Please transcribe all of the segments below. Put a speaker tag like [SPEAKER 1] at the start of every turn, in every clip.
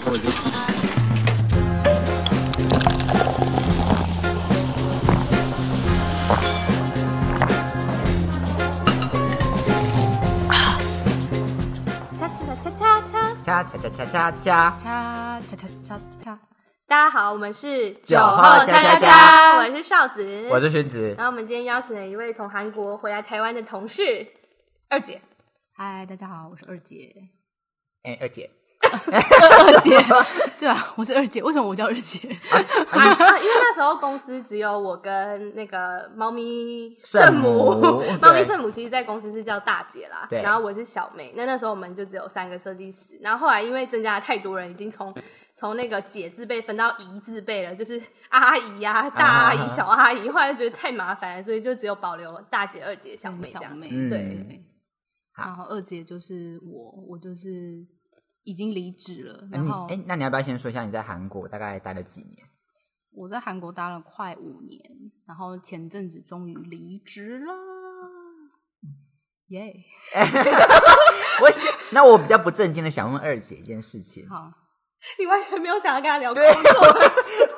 [SPEAKER 1] 보여줘.
[SPEAKER 2] 차차차차차차
[SPEAKER 1] 차차차차차차.
[SPEAKER 2] 차차차차차大家好，我们是
[SPEAKER 1] 九
[SPEAKER 2] 叉叉
[SPEAKER 1] 号叉
[SPEAKER 2] 叉，
[SPEAKER 1] 叉叉
[SPEAKER 2] 我是少子，
[SPEAKER 1] 我是宣子
[SPEAKER 2] 然，后我们今天邀请了一位从韩国回来台湾的同
[SPEAKER 1] 哎
[SPEAKER 2] 事二姐。嗨，大家好，我是二姐。
[SPEAKER 1] 哎，二姐，
[SPEAKER 3] 二姐，对啊，我是二姐，为什么我叫二姐？
[SPEAKER 2] 啊， 啊因为那时候公司只有我跟那个猫咪圣母，
[SPEAKER 1] 圣母对
[SPEAKER 2] 猫咪圣母其实，在公司是叫大姐啦，
[SPEAKER 1] 对
[SPEAKER 2] 然后我是小妹。那那时候我们就只有三个设计师，然后后来因为增加了太多人，已经从从那个姐字辈分到姨字辈了，就是阿姨呀、大阿姨、
[SPEAKER 1] 啊
[SPEAKER 2] 小阿姨，后来就觉得太麻烦了，所以就只有保留大姐、二姐、小妹这
[SPEAKER 3] 小
[SPEAKER 2] 样。
[SPEAKER 3] 妹，
[SPEAKER 1] 嗯
[SPEAKER 2] 对
[SPEAKER 1] 好
[SPEAKER 3] 然后二姐就是我，我就是已经离职了，
[SPEAKER 1] 那
[SPEAKER 3] 然
[SPEAKER 1] 你
[SPEAKER 3] 后
[SPEAKER 1] 哎，那你要不要先说一下你在韩国大概待了几年？
[SPEAKER 3] 我在韩国待了快五年，然后前阵子终于离职了，耶、
[SPEAKER 1] 我是那我比较不正经的想问二姐一件事情，
[SPEAKER 3] 好，
[SPEAKER 2] 你完全没有想要跟他聊工
[SPEAKER 1] 对
[SPEAKER 2] 作 的事，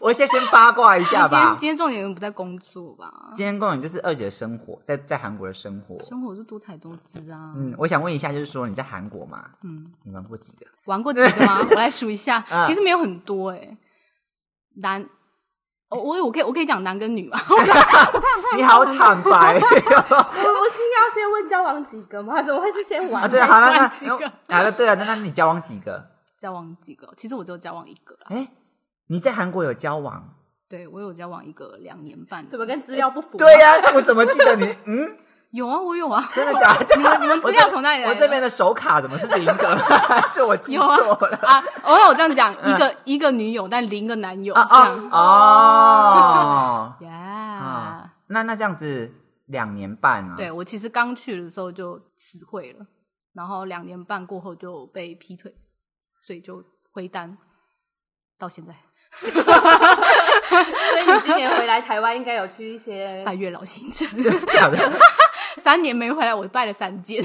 [SPEAKER 1] 我现在先八卦一下
[SPEAKER 3] 那今
[SPEAKER 1] 吧
[SPEAKER 3] 天。今天重点不在工作吧？
[SPEAKER 1] 今天跟我们就是二姐的生活，在在韩国的生活。
[SPEAKER 3] 生活是多彩多姿啊，
[SPEAKER 1] 嗯，我想问一下，就是说你在韩国嘛，
[SPEAKER 3] 嗯，
[SPEAKER 1] 你玩过几 个？
[SPEAKER 3] 玩过几 个吗？我来数一下
[SPEAKER 1] 啊，
[SPEAKER 3] 其实没有很多哎、男，哦，我我可以我可以讲男跟女吗？
[SPEAKER 1] 你好坦白
[SPEAKER 2] 我我是应该要先问交往几个吗？怎么会是先玩？
[SPEAKER 1] 啊！对，好了，那
[SPEAKER 3] 玩几个
[SPEAKER 1] 那好了，对啊，那那你交往几个？
[SPEAKER 3] 交往几个？其实我只有交往一个啦，
[SPEAKER 1] 哎，你在韩国有交往？
[SPEAKER 3] 对我有交往一个两年半的，
[SPEAKER 2] 怎么跟资料不符？
[SPEAKER 1] 对呀、我怎么记得你？嗯，
[SPEAKER 3] 有啊？我有啊，
[SPEAKER 1] 真的假的？
[SPEAKER 3] 你们你们资料从哪里来
[SPEAKER 1] 我
[SPEAKER 3] 的？
[SPEAKER 1] 这边的手卡怎么是零个？ 还是我记
[SPEAKER 3] 有
[SPEAKER 1] 错
[SPEAKER 3] 啊
[SPEAKER 1] 了？
[SPEAKER 3] 啊，偶尔我这样讲，一个一个女友，但零个男友
[SPEAKER 1] 啊
[SPEAKER 3] 这样，
[SPEAKER 1] 啊 哦！
[SPEAKER 3] 呀
[SPEAKER 1] 啊，那那这样子两年半啊？
[SPEAKER 3] 对我其实刚去的时候就死会了，然后两年半过后就被劈腿，所以就回单，到现在
[SPEAKER 2] 所以你今年回来台湾，应该有去一些
[SPEAKER 3] 拜月老行程，
[SPEAKER 1] 假的，
[SPEAKER 3] 三年没回来，我拜了三 间，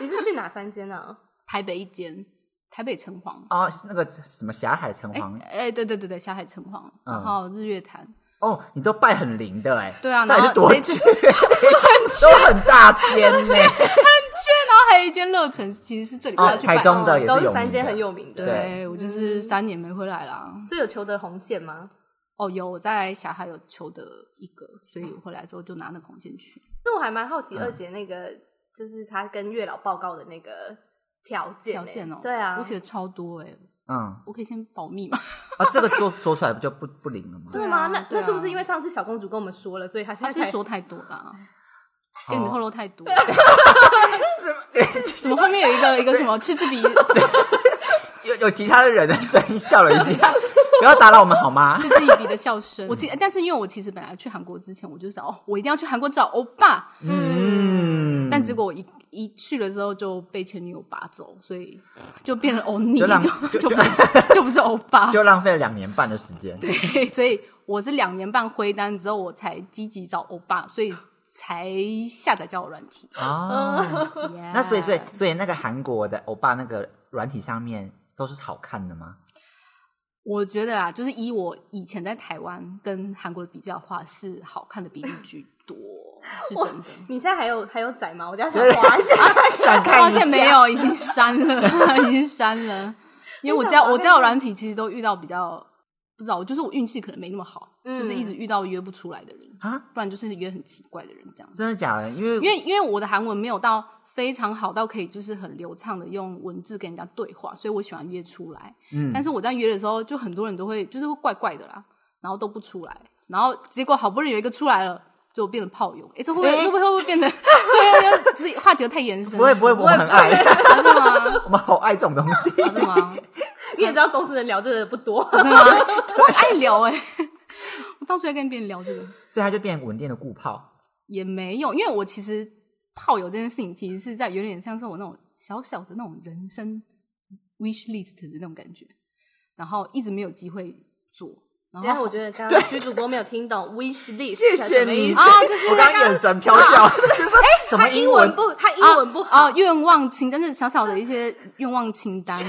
[SPEAKER 2] 你是去哪三间啊呢、
[SPEAKER 3] 台北一间，台北城隍。
[SPEAKER 1] 哦，那个什么霞海城
[SPEAKER 3] 哎
[SPEAKER 1] 隍
[SPEAKER 3] 哎，对对对对，霞海城隍，然
[SPEAKER 1] 嗯
[SPEAKER 3] 后日月潭，
[SPEAKER 1] 哦，你都拜很灵的哎、
[SPEAKER 3] 对啊
[SPEAKER 1] 到底
[SPEAKER 3] 然
[SPEAKER 1] 是
[SPEAKER 3] 后
[SPEAKER 1] 多
[SPEAKER 3] 这
[SPEAKER 1] 绝
[SPEAKER 3] 次，
[SPEAKER 1] 都很大间 呢、
[SPEAKER 3] 然后还有一间乐城，其实是这里
[SPEAKER 1] 哦
[SPEAKER 3] 快去
[SPEAKER 1] 台
[SPEAKER 3] 拜。
[SPEAKER 1] 中的也是有
[SPEAKER 2] 都
[SPEAKER 1] 名的
[SPEAKER 2] 是三间很有名的，
[SPEAKER 3] 对，我就是
[SPEAKER 2] 嗯
[SPEAKER 3] 三年没回来啦。
[SPEAKER 2] 所以有求得红线吗？
[SPEAKER 3] 哦，有我在霞海有求的一个，所以我回来之后就拿那个红线去。
[SPEAKER 2] 那我还蛮好奇
[SPEAKER 1] 嗯
[SPEAKER 2] 二姐那个，就是她跟月老报告的那个条件、
[SPEAKER 3] 条件哦，
[SPEAKER 2] 对啊
[SPEAKER 3] 我，写的超多哎，
[SPEAKER 1] 嗯，
[SPEAKER 3] 我可以先保密吗？
[SPEAKER 1] 啊，这个做说出来不就不不灵了吗？
[SPEAKER 2] 真的吗？
[SPEAKER 3] 对啊
[SPEAKER 2] 那
[SPEAKER 3] 对啊
[SPEAKER 2] 那是不是因为上次小公主跟我们说了，所以她现
[SPEAKER 3] 他
[SPEAKER 2] 在
[SPEAKER 3] 是不
[SPEAKER 2] 才
[SPEAKER 3] 是说太多啦，跟你
[SPEAKER 1] 哦
[SPEAKER 3] 们透露太多。
[SPEAKER 1] 是
[SPEAKER 3] 怎么后面有一个一个什么嗤之以鼻嗤
[SPEAKER 1] 有有其他的人的声音笑了一下，不要打扰我们好 吗？
[SPEAKER 3] 之以鼻的笑声？ 我其但是因为我其实本来去韩国之前，我就想哦，我一定要去韩国找欧巴，
[SPEAKER 1] 嗯，
[SPEAKER 3] 但结果我一一去了之后就被前女友拔走，所以就变成欧尼，
[SPEAKER 1] 就
[SPEAKER 3] 就
[SPEAKER 1] 让就
[SPEAKER 3] 就不是 就不是欧巴。
[SPEAKER 1] 就浪费了两年半的时间。
[SPEAKER 3] 对，所以我是两年半灰单之后，我才积极找欧巴，所以才下载交友软 体。
[SPEAKER 2] 呃
[SPEAKER 3] 嗯
[SPEAKER 1] 哦，
[SPEAKER 3] Yeah
[SPEAKER 1] 那所以所以所以那个韩国的欧巴那个软体上面都是好看的吗？
[SPEAKER 3] 我觉得啊，就是以我以前在台湾跟韩国的比较的话，是好看的比例居多，是真的。
[SPEAKER 2] 你现在还有还有仔吗？我等一下想滑一下。
[SPEAKER 1] 想看
[SPEAKER 3] 抱
[SPEAKER 1] 一下
[SPEAKER 3] 歉，啊没有，已经删了，已经删了。因为我交
[SPEAKER 2] 你想 把那个
[SPEAKER 3] 我交友软体其实都遇到比较不知道，我就是我运气可能没那么好，
[SPEAKER 2] 嗯
[SPEAKER 3] 就是一直遇到约不出来的人，
[SPEAKER 1] 啊？
[SPEAKER 3] 不然就是约很奇怪的人这样子。
[SPEAKER 1] 真的假的？因为
[SPEAKER 3] 因为因为我的韩文没有到非常好到可以就是很流畅的用文字跟人家对话，所以我喜欢约出来。
[SPEAKER 1] 嗯
[SPEAKER 3] 但是我在约的时候，就很多人都会就是会怪怪的啦，然后都不出来，然后结果好不容易有一个出来了，就变成炮友。诶，这会不会、
[SPEAKER 1] 诶
[SPEAKER 3] 会不会会不会变成这个就是话题又太延伸？
[SPEAKER 1] 不会不会，我们很爱，
[SPEAKER 3] 啊，真的 吗？
[SPEAKER 1] 我们好爱这种东西。
[SPEAKER 3] 啊真的吗？
[SPEAKER 2] 你也知道公司人聊这个的不多，
[SPEAKER 3] 啊真 的吗？我很爱聊哎、 我到处在跟别人聊这个
[SPEAKER 1] 所以他就变稳定的固炮。
[SPEAKER 3] 也没有，因为我其实炮友这件事情，其实是在有点像是我那种小小的那种人生 wish list 的那种感觉，然后一直没有机会做，然
[SPEAKER 2] 然
[SPEAKER 3] 后
[SPEAKER 2] 后啊我
[SPEAKER 3] 得
[SPEAKER 2] 觉得刚刚徐主播没有听 懂 wish list
[SPEAKER 1] 谢
[SPEAKER 2] 是什
[SPEAKER 1] 谢
[SPEAKER 2] 么
[SPEAKER 1] 你
[SPEAKER 2] 意思，
[SPEAKER 3] 啊就是
[SPEAKER 1] 我刚刚眼神飘掉，就是说
[SPEAKER 3] 哎
[SPEAKER 1] 什么
[SPEAKER 2] 他英
[SPEAKER 1] 文
[SPEAKER 2] 文？哦不，他英文不好，
[SPEAKER 3] 啊，愿望清单就是小小的一些愿望清单 嘛。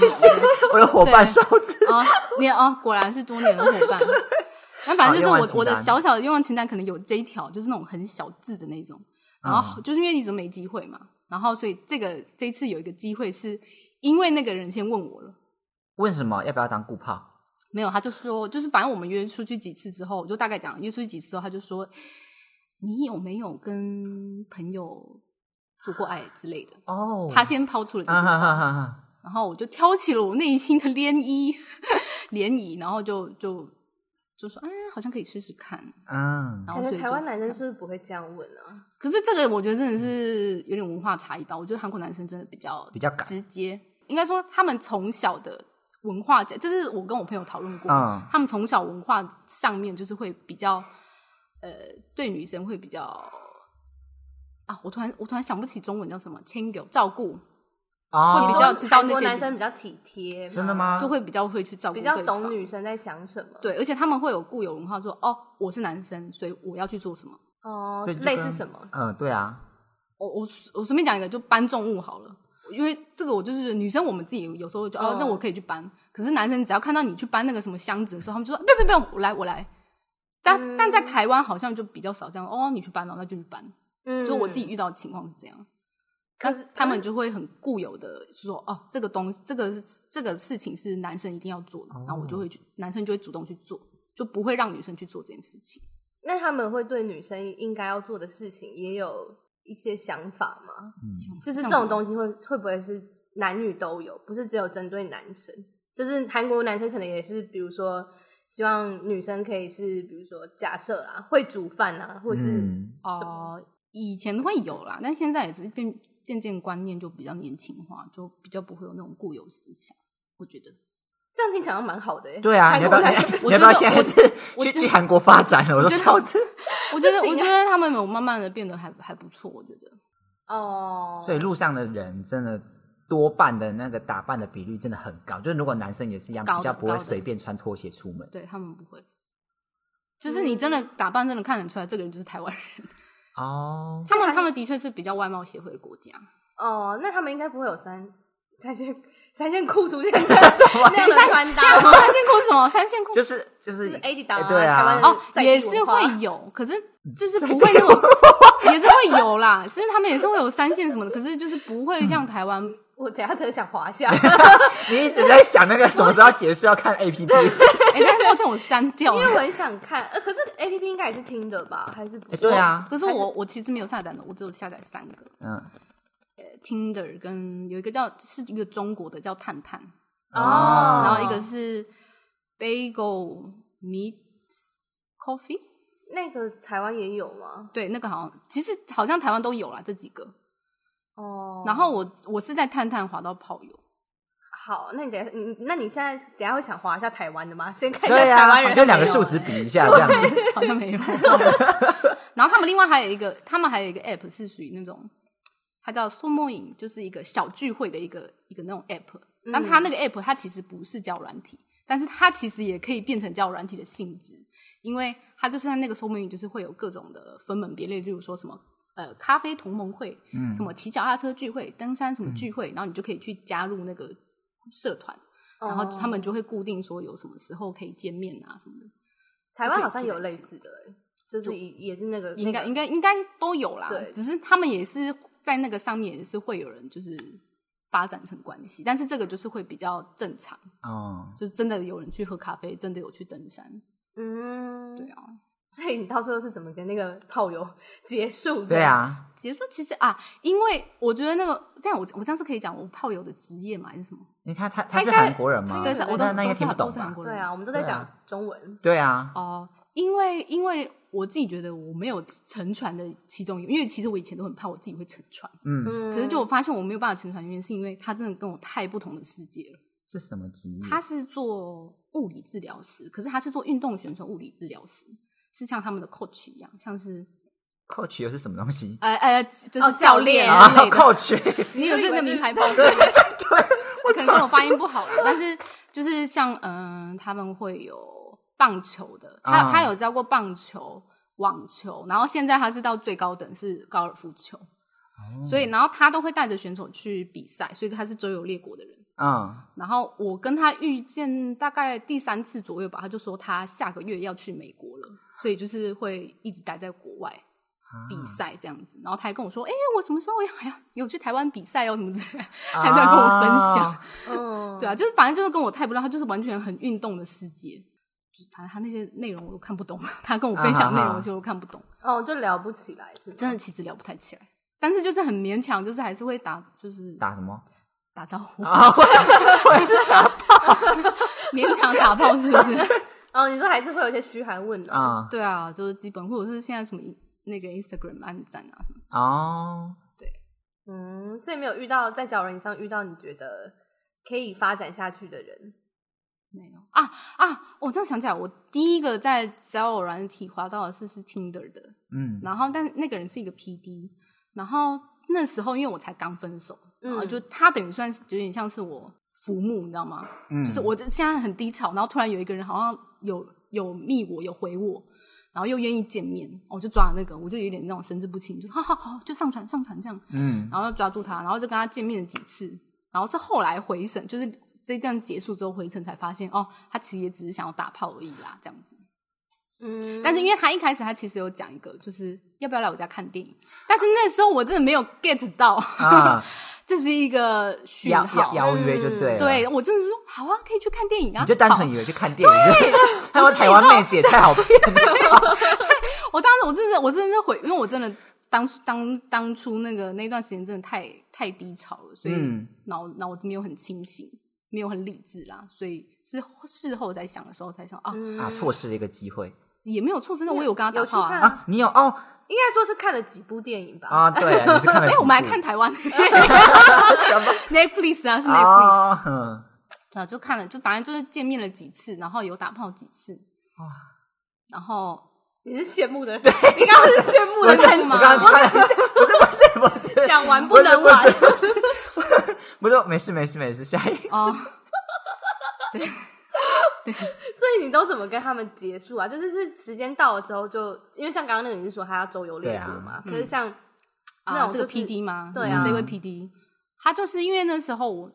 [SPEAKER 1] 我的伙伴
[SPEAKER 3] 对
[SPEAKER 1] 烧纸，
[SPEAKER 3] 啊，你哦，果然是多年的伙伴。那反正就是
[SPEAKER 1] 好愿望
[SPEAKER 3] 我
[SPEAKER 1] 清单
[SPEAKER 3] 我的小小的愿望清单可能有这一条，就是那种很小字的那种。然
[SPEAKER 1] 嗯
[SPEAKER 3] 后就是因为一直没机会嘛，然后所以这个这一次有一个机会，是因为那个人先问我了，
[SPEAKER 1] 问什么要不要当顾炮？
[SPEAKER 3] 没有他就说，就是反正我们约出去几次之后，我就大概讲约出去几次之后，他就说你有没有跟朋友做过爱之类的，
[SPEAKER 1] 哦，
[SPEAKER 3] 他先抛出了这个
[SPEAKER 1] 啊哈哈哈哈，
[SPEAKER 3] 然后我就挑起了我内心的涟漪， 涟漪，然后就就就说，哎，好像可以试试看。
[SPEAKER 1] 嗯，
[SPEAKER 3] 然
[SPEAKER 2] 感
[SPEAKER 3] 后所
[SPEAKER 2] 觉
[SPEAKER 3] 以
[SPEAKER 2] 台湾
[SPEAKER 3] 就
[SPEAKER 2] 男
[SPEAKER 3] 试
[SPEAKER 2] 生
[SPEAKER 3] 试看，
[SPEAKER 2] 是不是不会这样问啊？
[SPEAKER 3] 可是这个我觉得真的是有点文化差异吧。我觉得韩国男生真的比较
[SPEAKER 1] 比较敢
[SPEAKER 3] 直接，应该说他们从小的文化，这是我跟我朋友讨论过，
[SPEAKER 1] 嗯
[SPEAKER 3] 他们从小文化上面就是会比较，呃，对女生会比较。啊！我突然我突然想不起中文叫什么，牵狗照顾，
[SPEAKER 1] 哦，
[SPEAKER 3] 会比较知道那些
[SPEAKER 2] 韩国男生比较体贴，
[SPEAKER 1] 真的？吗？
[SPEAKER 3] 就会比较会去照顾
[SPEAKER 2] 比
[SPEAKER 3] 对方，
[SPEAKER 2] 较懂女生在想什么，，
[SPEAKER 3] 对，而且他们会有固有文化说，哦，我是男生，所以我要去做什么。
[SPEAKER 2] 哦
[SPEAKER 1] 所以，就
[SPEAKER 2] 类
[SPEAKER 1] 跟
[SPEAKER 2] 似什么？
[SPEAKER 1] 嗯，对啊，
[SPEAKER 3] 我我我随便讲一个，就搬重物好了。因为这个我就是女生，我们自己有时候就哦
[SPEAKER 2] 嗯，
[SPEAKER 3] 那我可以去搬。可是男生只要看到你去搬那个什么箱子的时候，他们就说不要不要不要，我来我来。但、但在台湾好像就比较少这样，哦，你去搬哦，那就去搬。
[SPEAKER 2] 嗯
[SPEAKER 3] 就我自己遇到的情况是这样。
[SPEAKER 2] 可
[SPEAKER 3] 但
[SPEAKER 2] 是
[SPEAKER 3] 是他们就会很固有的说，哦，这个东这个这个事情是男生一定要做的，然后
[SPEAKER 2] 哦
[SPEAKER 3] 我就会去，男生就会主动去做，就不会让女生去做这件事情。
[SPEAKER 2] 那他们会对女生应该要做的事情也有一些想法吗？就是这种
[SPEAKER 3] 西。
[SPEAKER 2] 东西会会不会是男女都有，不是只有针对男生？就是韩国男生可能也是，比如说希望女生可以是，比如说假设啦，会煮饭啊，或是、
[SPEAKER 1] 嗯，
[SPEAKER 2] 什么
[SPEAKER 3] 哦，以前会有啦，但现在也是变渐渐观念就比较年轻化，就比较不会有那种固有思想。我觉得，
[SPEAKER 2] 这样听起来蛮好的、欸。
[SPEAKER 1] 对啊，
[SPEAKER 2] 韩
[SPEAKER 1] 你要不
[SPEAKER 2] 国
[SPEAKER 1] 要
[SPEAKER 2] 男
[SPEAKER 1] 你 要
[SPEAKER 3] 我
[SPEAKER 1] 不要
[SPEAKER 3] 觉得
[SPEAKER 1] 现在
[SPEAKER 3] 我
[SPEAKER 1] 是
[SPEAKER 3] 我
[SPEAKER 1] 去
[SPEAKER 3] 觉
[SPEAKER 1] 去
[SPEAKER 3] 得
[SPEAKER 1] 韩国发展了？我
[SPEAKER 3] 我
[SPEAKER 1] 都
[SPEAKER 3] 觉得
[SPEAKER 1] 烧纸，
[SPEAKER 3] 我觉得，
[SPEAKER 2] 不行啊
[SPEAKER 3] 我觉得他们有慢慢的变得还还不错。我觉得，
[SPEAKER 2] 哦，
[SPEAKER 1] 所以路上的人真的多半的那个打扮的比率真的很高，就是如果男生也是一样，
[SPEAKER 3] 高的
[SPEAKER 1] 比较不会
[SPEAKER 3] 高的
[SPEAKER 1] 随便穿拖鞋出门
[SPEAKER 3] 对他们不会，就是你真的
[SPEAKER 2] 嗯
[SPEAKER 3] 打扮，真的看得出来，这个人就是台湾人。
[SPEAKER 1] 哦。
[SPEAKER 3] 他
[SPEAKER 2] 还
[SPEAKER 3] 们他们的确是比较外貌协会的国 家，
[SPEAKER 2] 哦，那他们应该不会有三三线三线裤出现在 那样的穿
[SPEAKER 3] 这样
[SPEAKER 2] 搭
[SPEAKER 3] 什么三线裤是什么三线裤
[SPEAKER 1] 就是就是
[SPEAKER 2] 就是 Adidas 啊
[SPEAKER 1] 对
[SPEAKER 2] 台湾
[SPEAKER 1] 啊，
[SPEAKER 2] 人
[SPEAKER 3] 哦，
[SPEAKER 2] 在地
[SPEAKER 3] 也是
[SPEAKER 2] 文化嗯
[SPEAKER 3] 会有，可是就是不会那么，也是会有啦，是他们也是会有三线什么的，可是就是不会
[SPEAKER 2] 嗯
[SPEAKER 3] 像台湾
[SPEAKER 2] 我等一下真的想滑 下，
[SPEAKER 1] 你一直在想那个什么时候要结束要看 A P P，
[SPEAKER 3] 哎、但是抱歉，我删掉
[SPEAKER 2] 因为我
[SPEAKER 3] 了。
[SPEAKER 2] 很想看。呃，可是 A P P 应该也是听的吧？还是不
[SPEAKER 1] 对啊，
[SPEAKER 3] 可是我我其实没有下载的，我只有下载三个
[SPEAKER 1] 嗯，
[SPEAKER 3] 呃，Tinder 跟有一个叫是一个中国的叫探探，
[SPEAKER 1] 哦
[SPEAKER 3] 然后一个是 Bagel Meet Coffee，
[SPEAKER 2] 那个台湾也有吗？
[SPEAKER 3] 对，那个好像其实好像台湾都有啦这几个。
[SPEAKER 2] 哦，
[SPEAKER 3] 然后我我是在探探滑到炮友，
[SPEAKER 2] 好，那你等一下你那你现在等一下会想滑一下台湾的吗？先看一下
[SPEAKER 1] 对
[SPEAKER 2] 台湾
[SPEAKER 1] 啊，
[SPEAKER 2] 人，
[SPEAKER 1] 就两个数值比一下这样 子，
[SPEAKER 3] 好像没有。 然后他们另外还有一个，他们还有一个 app 是属于那种，它叫苏梦影，就是一个小聚会的一个一个那种 app。但
[SPEAKER 1] 嗯
[SPEAKER 3] 它那个 app 它其实不是交友软体，但是它其实也可以变成交友软体的性质，因为它就是它那个苏梦影就是会有各种的分门别类，例如说什么。呃，咖啡同盟会，
[SPEAKER 1] 嗯
[SPEAKER 3] 什么骑脚踏车聚会、登山什么聚会，然后你就可以去加入那个社团，
[SPEAKER 2] 哦
[SPEAKER 3] 然后他们就会固定说有什么时候可以见面啊什么的。
[SPEAKER 2] 台湾好像有类似的、欸，就是也也是那个
[SPEAKER 3] 应该
[SPEAKER 2] 那
[SPEAKER 3] 应
[SPEAKER 2] 个
[SPEAKER 3] 该应该都有啦，
[SPEAKER 2] 对
[SPEAKER 3] 只是他们也是在那个上面也是会有人就是发展成关系，但是这个就是会比较正常，
[SPEAKER 1] 哦，
[SPEAKER 3] 就是真的有人去喝咖啡，真的有去登山，
[SPEAKER 2] 嗯，
[SPEAKER 3] 对。啊。
[SPEAKER 2] 所以你到最后是怎么跟那个炮友 结束的？
[SPEAKER 1] 对，啊，
[SPEAKER 3] 结束其实啊，因为我觉得那个，但我我这样是可以讲我炮友的职业嘛，还是什么？
[SPEAKER 1] 你看他他是
[SPEAKER 2] 他应该
[SPEAKER 1] 韩国人吗？
[SPEAKER 3] 对，是我都
[SPEAKER 1] 啊那那应该
[SPEAKER 3] 都是
[SPEAKER 1] 听不懂
[SPEAKER 3] 都是韩
[SPEAKER 1] 吧？
[SPEAKER 3] 国人
[SPEAKER 2] 对啊，我们都在
[SPEAKER 1] 对啊
[SPEAKER 2] 讲中文。
[SPEAKER 1] 对啊，
[SPEAKER 3] 哦、因为因为我自己觉得我没有沉船的其中一个，因为其实我以前都很怕我自己会沉船，
[SPEAKER 1] 嗯，
[SPEAKER 2] 嗯
[SPEAKER 3] 可是就我发现我没有办法沉船，原因是因为他真的跟我太不同的世界了。
[SPEAKER 1] 是什么职业？
[SPEAKER 3] 他是做物理治疗师，可是他是做运动选手物理治疗师，是像他们的 coach 一样，像是
[SPEAKER 1] coach 又是什么东 西？
[SPEAKER 3] 呃呃，就是
[SPEAKER 2] 哦教
[SPEAKER 3] 教
[SPEAKER 2] 练
[SPEAKER 3] 练
[SPEAKER 1] 啊
[SPEAKER 3] 之类的。
[SPEAKER 1] ，coach，
[SPEAKER 3] 你有这个名牌包，
[SPEAKER 1] 对，
[SPEAKER 3] 我可能跟我发音不好啦，但是就是像嗯、呃他们会有棒球的，他、
[SPEAKER 1] 啊
[SPEAKER 3] 他有教过棒球、网球，然后现在他是到最高等是高尔夫球，
[SPEAKER 1] 哦
[SPEAKER 3] 所以然后他都会带着选手去比赛，所以他是周游列国的人。
[SPEAKER 1] 嗯，
[SPEAKER 3] 然后我跟他遇见大概第三次左右吧，他就说他下个月要去美国了，所以就是会一直待在国外
[SPEAKER 1] 啊
[SPEAKER 3] 比赛这样子。然后他还跟我说：“哎、我什么时候要 还要有去台湾比赛哦，什么之类的。”还在跟我分享。
[SPEAKER 1] 啊
[SPEAKER 2] 嗯，
[SPEAKER 3] 对啊，就是反正就是跟我太不一样，他就是完全很运动的世界。就是反正他那些内容我都看不懂， 他跟我分享的内容
[SPEAKER 1] 啊哈哈
[SPEAKER 3] 其实我看不懂，
[SPEAKER 2] 哦，就聊不起来是吗
[SPEAKER 3] 真的其实聊不太起来。但是就是很勉强，就是还是会打，就是打
[SPEAKER 1] 打什 么？
[SPEAKER 3] 打招呼，
[SPEAKER 1] 啊，我也是
[SPEAKER 3] 勉强打炮是不是？
[SPEAKER 2] 哦，你说还是会有一些嘘寒问暖，
[SPEAKER 1] 啊
[SPEAKER 3] 对啊，就是基本或者是现在什么那个 Instagram 按赞啊什么，
[SPEAKER 1] 哦，
[SPEAKER 2] 嗯，所以没有遇到在交友软件上遇到你觉得可以发展下去的人，
[SPEAKER 3] 没有啊啊！我真的想起来，我第一个在交友软体滑到的是是 Tinder 的，
[SPEAKER 1] 嗯，
[SPEAKER 3] 然后但那个人是一个 PD，然后那时候因为我才刚分手，
[SPEAKER 2] 嗯
[SPEAKER 3] 然后就他等于算是有点像是我浮木，你知道吗？
[SPEAKER 1] 嗯
[SPEAKER 3] 就是我这现在很低潮，然后突然有一个人好像有有密我，有回我，然后又愿意见面，我就抓了那个，我就有点那种神志不清，就是好好好，就上传上传这样，
[SPEAKER 1] 嗯
[SPEAKER 3] 然后就抓住他，然后就跟他见面了几次，然后是后来回审，就是这一段结束之后回审才发现，哦，他其实也只是想要打炮而已啦，这样子。
[SPEAKER 2] 嗯
[SPEAKER 3] 但是因为他一开始他其实有讲一个，就是要不要来我家看电影，但是那时候我真的没有 get 到，
[SPEAKER 1] 啊，
[SPEAKER 3] 这是一个讯
[SPEAKER 1] 邀
[SPEAKER 3] 号
[SPEAKER 1] 邀。邀约就对了，
[SPEAKER 3] 对我真的是说好啊，可以去看电影啊。
[SPEAKER 1] 你就单纯
[SPEAKER 3] 好，
[SPEAKER 1] 以为去看电 影，还有台湾妹子也太好骗了，
[SPEAKER 3] 我当时我真的我真的是悔，因为我真的当初当当初那个那段时间真的太太低潮了，所以
[SPEAKER 1] 嗯
[SPEAKER 3] 脑脑子没有很清醒，没有很理智啦，所以是事后在想的时候才想啊，
[SPEAKER 1] 啊，错失了一个机会
[SPEAKER 3] 也没有错，真的我有跟他
[SPEAKER 2] 嗯
[SPEAKER 3] 打
[SPEAKER 2] 有去
[SPEAKER 3] 炮
[SPEAKER 2] 看
[SPEAKER 3] 啊。
[SPEAKER 1] 啊！你有哦
[SPEAKER 2] 应该说是看了几部电影吧，
[SPEAKER 1] 啊，对，你是看了
[SPEAKER 3] 哎
[SPEAKER 1] 几，部，
[SPEAKER 3] 我们还看台湾 Netflix 啊，是 Netflix。
[SPEAKER 1] 啊，嗯
[SPEAKER 3] 对啊，就看了，就反正就是见面了几次，然后有打炮几次，
[SPEAKER 1] 哇
[SPEAKER 3] 然后
[SPEAKER 2] 你是羡慕的人，你刚刚是羡慕
[SPEAKER 1] 我
[SPEAKER 2] 的
[SPEAKER 3] 看
[SPEAKER 2] 人，
[SPEAKER 1] 刚我刚刚看了一下，不是不是不是，
[SPEAKER 2] 想玩不能玩
[SPEAKER 1] 不是，不是不是，没事没事没事，下一
[SPEAKER 3] 哦，
[SPEAKER 2] 所以你都怎么跟他们结束啊？就是是时间到了之后就，因为像刚刚那个你是说他要周游列国嘛，可是像、那
[SPEAKER 3] 啊，
[SPEAKER 2] 种
[SPEAKER 3] 这个
[SPEAKER 2] 就是
[SPEAKER 3] PD 吗？
[SPEAKER 2] 对
[SPEAKER 3] 你
[SPEAKER 1] 啊
[SPEAKER 3] 说这位 PD，他就是因为那时候我，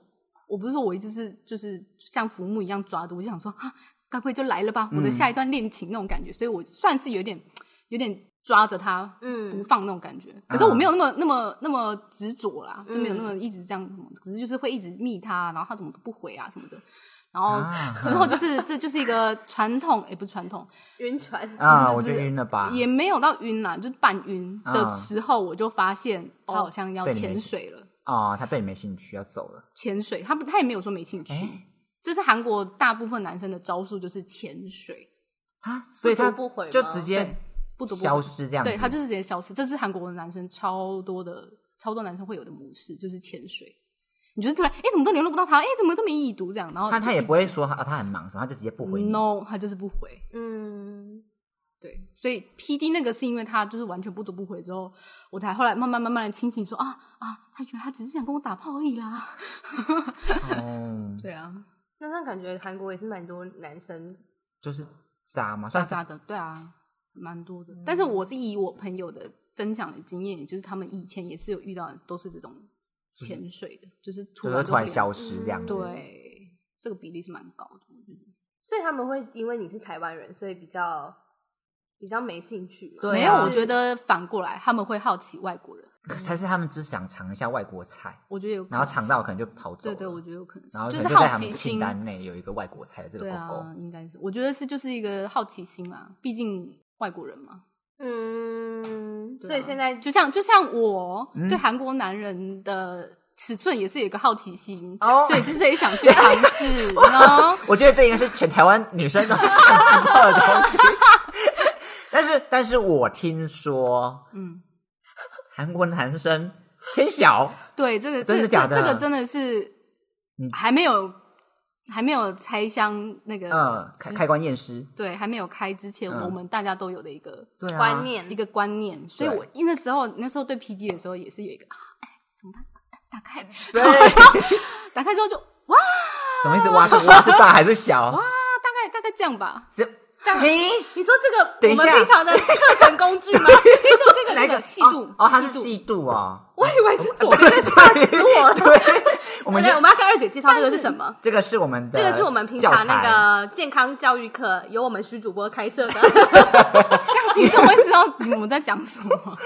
[SPEAKER 3] 我不是说我一直是就是像浮木一样抓的，我就想说啊，该不会就来了吧，我的下一段恋情那种感觉，所以我算是有点有点抓着他不
[SPEAKER 2] 嗯
[SPEAKER 3] 放那种感觉。可是我没有那么那么那么执着啦，就没有
[SPEAKER 2] 嗯
[SPEAKER 3] 那么一直这样什么，只是就是会一直密他，然后他怎么都不回啊什么的。然后
[SPEAKER 1] 啊
[SPEAKER 3] 之后就是，这就是一个传统，也不是传统，
[SPEAKER 2] 晕船，
[SPEAKER 1] 啊，
[SPEAKER 3] 不
[SPEAKER 1] 我
[SPEAKER 3] 是不
[SPEAKER 1] 就是晕了吧，
[SPEAKER 3] 也没有到晕啦，就是半晕的
[SPEAKER 1] 啊
[SPEAKER 3] 时候，我就发现他好像要
[SPEAKER 1] 哦对你没兴
[SPEAKER 3] 潜水了。
[SPEAKER 1] 啊，他对你没兴趣，要走了，
[SPEAKER 3] 潜水，他不，他也没有说没兴趣。
[SPEAKER 1] 哎
[SPEAKER 3] 这是韩国大部分男生的招数，就是潜水，
[SPEAKER 1] 啊，所以他
[SPEAKER 2] 读不回吗
[SPEAKER 1] 就直
[SPEAKER 3] 对
[SPEAKER 1] 接，
[SPEAKER 3] 不得不
[SPEAKER 1] 消失这样子，
[SPEAKER 3] 对他就是直接消失。这是韩国的男生超多的，超多男生会有的模式，就是潜水。你就是突然，哎，怎么都联络不到他，哎，怎么都没已读这样，然后
[SPEAKER 1] 他
[SPEAKER 3] 就
[SPEAKER 1] 他也
[SPEAKER 3] 一直
[SPEAKER 1] 不会说他啊他很忙什么，他就直接不回你，
[SPEAKER 3] no，他就是不回。
[SPEAKER 2] 嗯，
[SPEAKER 3] 对，所以 P D 那个是因为他就是完全不读不回之后，我才后来慢慢慢慢的清醒说啊啊，他原来他只是想跟我打炮而已啦。
[SPEAKER 1] 哦，
[SPEAKER 3] 对啊，
[SPEAKER 2] 那那感觉韩国也是蛮多男生，
[SPEAKER 1] 就是渣嘛，算
[SPEAKER 3] 渣
[SPEAKER 1] 是
[SPEAKER 3] 渣的，对啊，蛮多
[SPEAKER 1] 嗯
[SPEAKER 3] 的。但是我是以我朋友的分享的经验，也就是他们以前也是有遇到，都是这种潜水的，就是突
[SPEAKER 1] 就是
[SPEAKER 3] 然
[SPEAKER 1] 突然
[SPEAKER 3] 就
[SPEAKER 1] 消失这样子，
[SPEAKER 3] 变对，这个比例是蛮高的，我觉得。
[SPEAKER 2] 所以他们会因为你是台湾人，所以比较比较没兴趣嘛。
[SPEAKER 1] 对啊
[SPEAKER 3] 没有，我觉得反过来他们会好奇外国人，
[SPEAKER 1] 可是还是他们只是想尝一下外国菜，
[SPEAKER 3] 我觉得有可
[SPEAKER 1] 然
[SPEAKER 3] 能，
[SPEAKER 1] 后尝到可能就跑走
[SPEAKER 3] 对
[SPEAKER 1] 了，
[SPEAKER 3] 对，我觉得有可能
[SPEAKER 1] 然后
[SPEAKER 3] 是，
[SPEAKER 1] 可能
[SPEAKER 3] 是
[SPEAKER 1] 在
[SPEAKER 3] 好
[SPEAKER 1] 他们
[SPEAKER 3] 奇
[SPEAKER 1] 的
[SPEAKER 3] 心
[SPEAKER 1] 清。单内有一个外国菜的这个
[SPEAKER 3] 对
[SPEAKER 1] 狗狗，
[SPEAKER 3] 啊，应该是，我觉得是就是一个好奇心啦，毕竟外国人嘛。
[SPEAKER 2] 嗯，
[SPEAKER 3] 对啊
[SPEAKER 2] 所以现在
[SPEAKER 3] 就像就像我、
[SPEAKER 1] 嗯
[SPEAKER 3] 对韩国男人的尺寸也是有一个好奇心，
[SPEAKER 1] 哦
[SPEAKER 3] 所以就是也想去尝试， 然后
[SPEAKER 1] 我觉得这应该是全台湾女生都 想知道的东西。但是，但是我听说
[SPEAKER 3] 嗯，
[SPEAKER 1] 韩国男生偏小，
[SPEAKER 3] 对，这个
[SPEAKER 1] 真的
[SPEAKER 3] 这
[SPEAKER 1] 假的嗯
[SPEAKER 3] 这这个真的是
[SPEAKER 1] 你
[SPEAKER 3] 还没有还没有拆箱那个、
[SPEAKER 1] 嗯，开开关验尸，
[SPEAKER 3] 对，还没有开之前，
[SPEAKER 1] 嗯
[SPEAKER 3] 我们大家都有的一个
[SPEAKER 1] 对啊，
[SPEAKER 2] 观念
[SPEAKER 3] 一个观念，所以
[SPEAKER 1] 对
[SPEAKER 3] 我因那时候那时候对 P D 的时候也是有一个啊，哎，怎么办？
[SPEAKER 1] 对，
[SPEAKER 3] 打开打开之后就哇，
[SPEAKER 1] 什么意思？哇，这哇是大还是小？
[SPEAKER 3] 大概大概这样吧，
[SPEAKER 1] 是你
[SPEAKER 2] 你说这个
[SPEAKER 1] 等
[SPEAKER 2] 我
[SPEAKER 1] 一下
[SPEAKER 2] 们平常的课程工具 吗？
[SPEAKER 3] 这个这个
[SPEAKER 1] 哪
[SPEAKER 3] 这
[SPEAKER 1] 一
[SPEAKER 3] 个
[SPEAKER 1] 个
[SPEAKER 3] 细度
[SPEAKER 1] 哦哦，它是
[SPEAKER 3] 细度，
[SPEAKER 1] 细度哦。
[SPEAKER 2] 我以为是左边，吓死我了。
[SPEAKER 1] 对，我们
[SPEAKER 2] 对，
[SPEAKER 1] 先
[SPEAKER 2] 我们要跟二姐介绍这个
[SPEAKER 3] 但
[SPEAKER 2] 是
[SPEAKER 3] 是
[SPEAKER 2] 什么？
[SPEAKER 1] 这个是我们的，
[SPEAKER 2] 这个是我们平常那个健康教育课，由我们徐主播开设 的，
[SPEAKER 3] 这样听众会知道我们在讲什 么。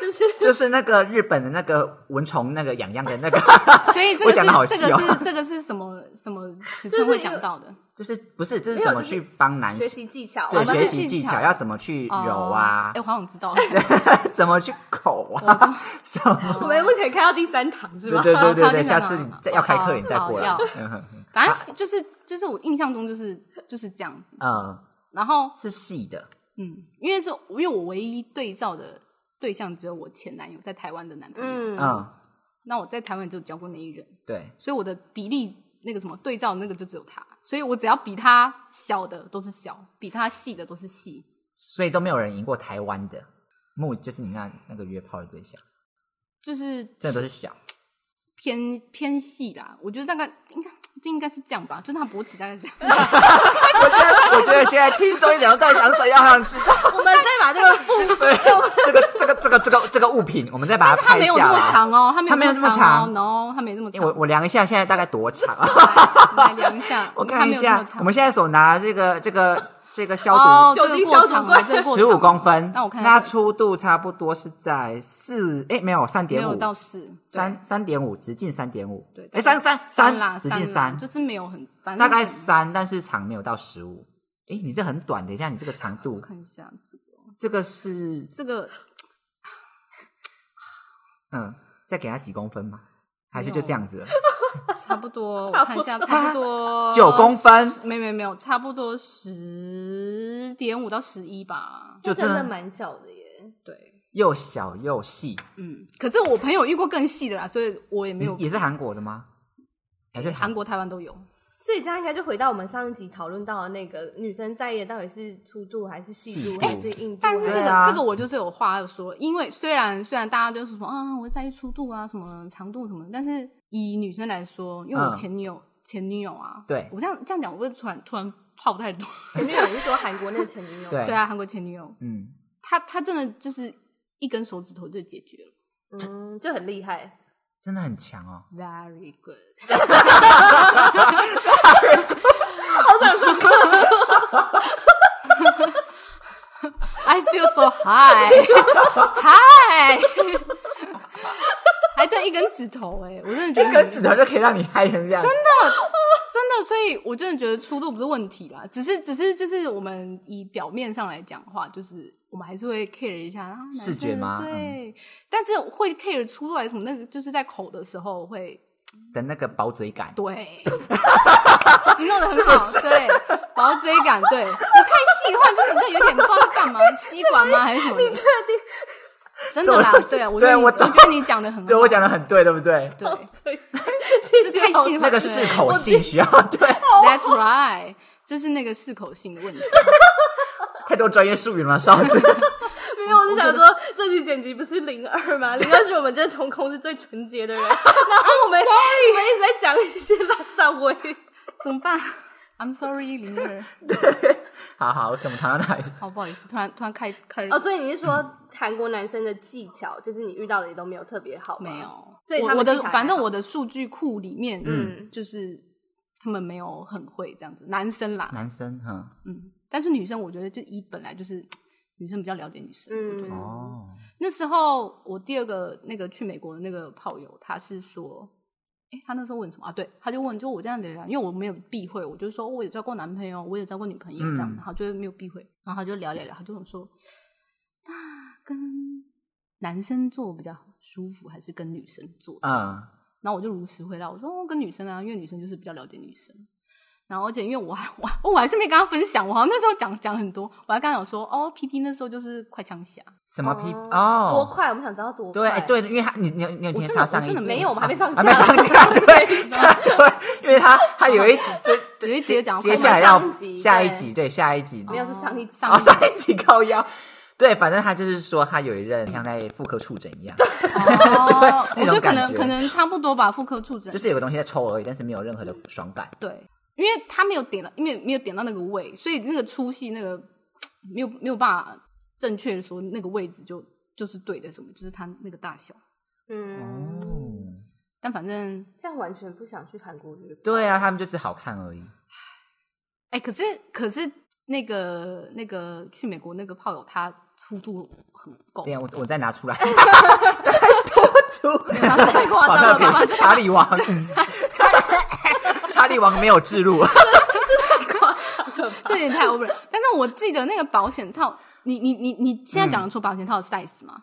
[SPEAKER 2] 就是
[SPEAKER 1] 就是那个日本的那个蚊虫那个痒痒的那个，
[SPEAKER 3] 所以这
[SPEAKER 1] 我
[SPEAKER 3] 个
[SPEAKER 1] 讲得好
[SPEAKER 3] 是
[SPEAKER 1] 细
[SPEAKER 3] 这
[SPEAKER 1] 哦
[SPEAKER 3] 个是这个是什么什么尺寸会讲到的？
[SPEAKER 1] 就是不是这
[SPEAKER 2] 没
[SPEAKER 1] 是
[SPEAKER 2] 有
[SPEAKER 1] 怎么
[SPEAKER 2] 就是
[SPEAKER 1] 去帮男
[SPEAKER 2] 学
[SPEAKER 1] 生
[SPEAKER 2] 习技巧。哦
[SPEAKER 1] 对
[SPEAKER 3] 哦那
[SPEAKER 1] 学
[SPEAKER 3] 是
[SPEAKER 1] 习技
[SPEAKER 3] 技巧
[SPEAKER 1] 巧要怎么去揉啊
[SPEAKER 3] 哎、，我好像知道了。
[SPEAKER 1] 怎么去口
[SPEAKER 3] 我
[SPEAKER 1] 啊，
[SPEAKER 3] 知 道
[SPEAKER 1] 什么？
[SPEAKER 2] 我们目前开到第三堂是
[SPEAKER 1] 对
[SPEAKER 2] 吧？哦
[SPEAKER 1] 对对对
[SPEAKER 3] 好
[SPEAKER 1] 对，
[SPEAKER 3] 看
[SPEAKER 1] 下
[SPEAKER 3] 见
[SPEAKER 1] 次
[SPEAKER 3] 了
[SPEAKER 1] 你再要开课
[SPEAKER 3] 好
[SPEAKER 1] 你再过来
[SPEAKER 3] 好要，
[SPEAKER 1] 嗯哼
[SPEAKER 3] 反正就是就是我印象中就是就是这样。
[SPEAKER 1] 嗯，
[SPEAKER 3] 然后
[SPEAKER 1] 是细的，
[SPEAKER 3] 嗯，因为是因为我唯一对照的对象只有我前男友在台湾的男朋友，
[SPEAKER 2] 嗯，
[SPEAKER 1] 嗯，
[SPEAKER 3] 那我在台湾就交过那一人，
[SPEAKER 1] 对，
[SPEAKER 3] 所以我的比例那个什么对照的那个就只有他，所以我只要比他小的都是小，比他细的都是细。
[SPEAKER 1] 所以都没有人赢过台湾的木，就是你那那个约炮的对象，
[SPEAKER 3] 就是
[SPEAKER 1] 真的都是小，
[SPEAKER 3] 偏偏细啦，我觉得大概应该这应该是这样吧，就是他勃起大概是这 样。
[SPEAKER 1] 我觉得我觉得现在听众想在想怎样，想知道。
[SPEAKER 2] 我们再把这个复
[SPEAKER 1] 对，这个这个这个这个这个物品，我们再把它
[SPEAKER 3] 但是它
[SPEAKER 1] 拍
[SPEAKER 3] 没有这
[SPEAKER 1] 下
[SPEAKER 3] 么
[SPEAKER 1] 来。
[SPEAKER 3] 长哦，它没
[SPEAKER 1] 它没有这么
[SPEAKER 3] 长
[SPEAKER 1] 长
[SPEAKER 3] 哦，然后它没这么
[SPEAKER 1] 因
[SPEAKER 3] 长
[SPEAKER 1] 为我。我量一下，现在大概多长 啊？，
[SPEAKER 3] 来来量一下
[SPEAKER 1] 我
[SPEAKER 3] 它
[SPEAKER 1] 看一
[SPEAKER 3] 没有这么
[SPEAKER 1] 下，
[SPEAKER 3] 长。
[SPEAKER 1] 我们现在手拿这个这个这个消
[SPEAKER 3] 哦，
[SPEAKER 1] 毒
[SPEAKER 3] 这个过长了，这个过长
[SPEAKER 1] 十五公分，
[SPEAKER 3] 那我看一
[SPEAKER 1] 那
[SPEAKER 3] 下，
[SPEAKER 1] 粗度差不多是在四，哎，没有三
[SPEAKER 3] 没
[SPEAKER 1] 点
[SPEAKER 3] 有
[SPEAKER 1] 五，
[SPEAKER 3] 到四，
[SPEAKER 1] 三三点五，直径三点五，
[SPEAKER 3] 对，
[SPEAKER 1] 哎，三三
[SPEAKER 3] 三啦，
[SPEAKER 1] 直径
[SPEAKER 3] 三啦
[SPEAKER 1] 三，
[SPEAKER 3] 就是没有很，反正
[SPEAKER 1] 大概三，但是长没有到十五。哎，你这很短，等一下你这个长 度，
[SPEAKER 3] 看一下这个
[SPEAKER 1] 这个是
[SPEAKER 3] 这个
[SPEAKER 1] 嗯，再给它几公分嘛？还是就
[SPEAKER 3] 没有
[SPEAKER 1] 这样子了？
[SPEAKER 3] 差不 多，我看一下，差不多
[SPEAKER 1] 九公分
[SPEAKER 3] 十没没没有，差不多十点五到十一吧。
[SPEAKER 1] 就
[SPEAKER 2] 真
[SPEAKER 1] 真
[SPEAKER 2] 的
[SPEAKER 1] 的
[SPEAKER 2] 蛮小的耶。
[SPEAKER 3] 对，
[SPEAKER 1] 又小又细，
[SPEAKER 3] 嗯，可是我朋友遇过更细的啦，所以我也没
[SPEAKER 1] 你
[SPEAKER 3] 有。
[SPEAKER 1] 也是韩国的吗？还是
[SPEAKER 3] 韩
[SPEAKER 1] 国？
[SPEAKER 3] 国、台湾都有，
[SPEAKER 2] 所以这样应该就回到我们上一集讨论到的那个女生在意的到底是粗度还是细
[SPEAKER 1] 细
[SPEAKER 2] 度
[SPEAKER 1] 度
[SPEAKER 2] 还是硬度，哎
[SPEAKER 3] 但是这
[SPEAKER 2] 还
[SPEAKER 1] 对
[SPEAKER 3] 个、
[SPEAKER 1] 啊
[SPEAKER 3] 这个我就是有话要说，因为虽然虽然大家就是说啊，我在意粗度啊，什么长度什么，但是以女生来说，因为我
[SPEAKER 1] 嗯
[SPEAKER 3] 前女友、前女友啊，
[SPEAKER 1] 对
[SPEAKER 3] 我这样这样讲，我会突然突然泡太多。
[SPEAKER 2] 前女友是说韩国那个前哦女友，
[SPEAKER 1] 对
[SPEAKER 3] 对啊，韩国前女友，
[SPEAKER 1] 嗯，
[SPEAKER 3] 她她真的就是一根手指头就解决了
[SPEAKER 2] 嗯，就很厉害。
[SPEAKER 1] 真的很强哦。
[SPEAKER 3] ，very good。
[SPEAKER 2] 好想说，
[SPEAKER 3] I feel so high，high，还这一根指头哎、我真的觉得
[SPEAKER 1] 一
[SPEAKER 3] 很
[SPEAKER 1] 根指头就可以让你嗨成这样，真的
[SPEAKER 3] 真的，所以我真的觉得粗度不是问题啦，只是只是就是我们以表面上来讲话，就是我们还是会 care 一下啊，男
[SPEAKER 1] 视
[SPEAKER 3] 生
[SPEAKER 1] 觉吗
[SPEAKER 3] 对，但是会 care 粗度还是什么，那个就是在口的时候会
[SPEAKER 1] 的那个薄嘴感。
[SPEAKER 3] 对，形容的很好，对，薄嘴感，对，你太细的话，就是你这有点不知道在干嘛，吸管吗还是什么的？你确定？真的啦
[SPEAKER 1] 是我，
[SPEAKER 3] 对啊，我觉得
[SPEAKER 1] 对
[SPEAKER 3] 你，
[SPEAKER 1] 我
[SPEAKER 3] 我
[SPEAKER 1] 懂
[SPEAKER 3] 觉得你讲的很好，
[SPEAKER 1] 对我讲的很对，对不对？
[SPEAKER 3] 对，
[SPEAKER 2] 就
[SPEAKER 3] 就太细的话
[SPEAKER 1] 那个适口性需要对，
[SPEAKER 3] ，That's right，这是那个适口性的问题。
[SPEAKER 1] 太多专业术语了吗，少子。
[SPEAKER 2] 没有，我就想说，这期剪辑不是零二吗？零二是我们这重空是最纯洁的人，然 后我们我们一直在讲一些拉萨味，
[SPEAKER 3] 怎么办？I'm sorry，灵儿，
[SPEAKER 1] 好好，我怎么谈到哪里？
[SPEAKER 3] 好不好意思，突然突然开开、
[SPEAKER 2] 哦，所以你是说韩国男生的技巧，就是你遇到的也都没有特别好吗，
[SPEAKER 3] 没有，
[SPEAKER 2] 所以他
[SPEAKER 3] 我
[SPEAKER 2] 们
[SPEAKER 3] 我的
[SPEAKER 2] 技巧还
[SPEAKER 3] 反正
[SPEAKER 2] 好
[SPEAKER 3] 我的数据库里面，
[SPEAKER 2] 嗯
[SPEAKER 3] 嗯，就是他们没有很会这样子，男生啦，
[SPEAKER 1] 男生，嗯，
[SPEAKER 3] 嗯，但是女生我觉得就以本来就是女生比较了解女生，我觉
[SPEAKER 2] 嗯
[SPEAKER 3] 得
[SPEAKER 1] 哦，
[SPEAKER 3] 那时候我第二个那个去美国的那个炮友，他是说，诶，他那时候问什么啊？对，他就问，就我这样聊聊，因为我没有避讳，我就说我有交过男朋友，我有交过女朋友，这样，
[SPEAKER 1] 嗯
[SPEAKER 3] 然后就没有避讳，然后他就聊聊聊，他就跟我说，那跟男生做比较舒服，还是跟女生做？
[SPEAKER 1] 嗯，
[SPEAKER 3] 然后我就如实回答，我说、哦、跟女生啊，因为女生就是比较了解女生。然后而且因为我还我还我还是没跟他分享，我好像那时候讲讲很多，我还跟他讲说，哦，P T 那时候就是快枪侠，
[SPEAKER 1] 什么屁
[SPEAKER 2] 多
[SPEAKER 1] 哦？
[SPEAKER 2] 快？我们想知道多
[SPEAKER 1] 对
[SPEAKER 2] 快。
[SPEAKER 1] 对，因为他你你你有听
[SPEAKER 3] 我真
[SPEAKER 1] 他
[SPEAKER 3] 的
[SPEAKER 1] 上一
[SPEAKER 3] 我真的
[SPEAKER 1] 集
[SPEAKER 2] 没有，我们还没上
[SPEAKER 1] 还
[SPEAKER 2] 架，
[SPEAKER 1] 啊没 上架，对 对，因为他他有一
[SPEAKER 3] 有一节讲
[SPEAKER 1] 接
[SPEAKER 3] 快
[SPEAKER 1] 下来
[SPEAKER 3] 枪侠
[SPEAKER 1] 要
[SPEAKER 2] 上一集
[SPEAKER 1] 下一
[SPEAKER 2] 对
[SPEAKER 1] 集，对下一集，
[SPEAKER 2] 没有是上一集
[SPEAKER 3] 上
[SPEAKER 1] 哦，
[SPEAKER 3] 一集
[SPEAKER 1] 上一集高腰，对，反正他就是说他有一任像在妇科触诊一样，
[SPEAKER 3] 哦，
[SPEAKER 1] 那
[SPEAKER 3] 我
[SPEAKER 1] 种
[SPEAKER 3] 就可
[SPEAKER 1] 感
[SPEAKER 3] 能
[SPEAKER 1] 觉
[SPEAKER 3] 可能差不多吧，妇科触诊
[SPEAKER 1] 就。是有个东西在抽而已，但是没有任何的爽感。
[SPEAKER 3] 对，因为他没有点到，因为没有点到那个位，所以那个粗细那个没有没有办法正确的说那个位置就就是对的什么，就是它那个大小。
[SPEAKER 2] 嗯，
[SPEAKER 1] 哦，
[SPEAKER 3] 但反正
[SPEAKER 2] 这样完全不想去韩国旅游。
[SPEAKER 1] 对啊，他们就只好看而已。
[SPEAKER 3] 哎、可是可是那个那个去美国那个炮友他粗度很够，
[SPEAKER 1] 对
[SPEAKER 3] 没
[SPEAKER 1] 啊，
[SPEAKER 3] 有
[SPEAKER 1] 我我再 拿出来，
[SPEAKER 3] 他是
[SPEAKER 2] 太夸
[SPEAKER 1] 把
[SPEAKER 2] 张
[SPEAKER 1] 那
[SPEAKER 2] 了
[SPEAKER 3] 太夸
[SPEAKER 1] 个
[SPEAKER 3] 张
[SPEAKER 1] 查理王， 查理王没有置入，
[SPEAKER 3] 这有点太 over 了。但是我记得那个保险套，你你你你现在
[SPEAKER 1] 嗯
[SPEAKER 3] 讲得出保险套的 size 吗？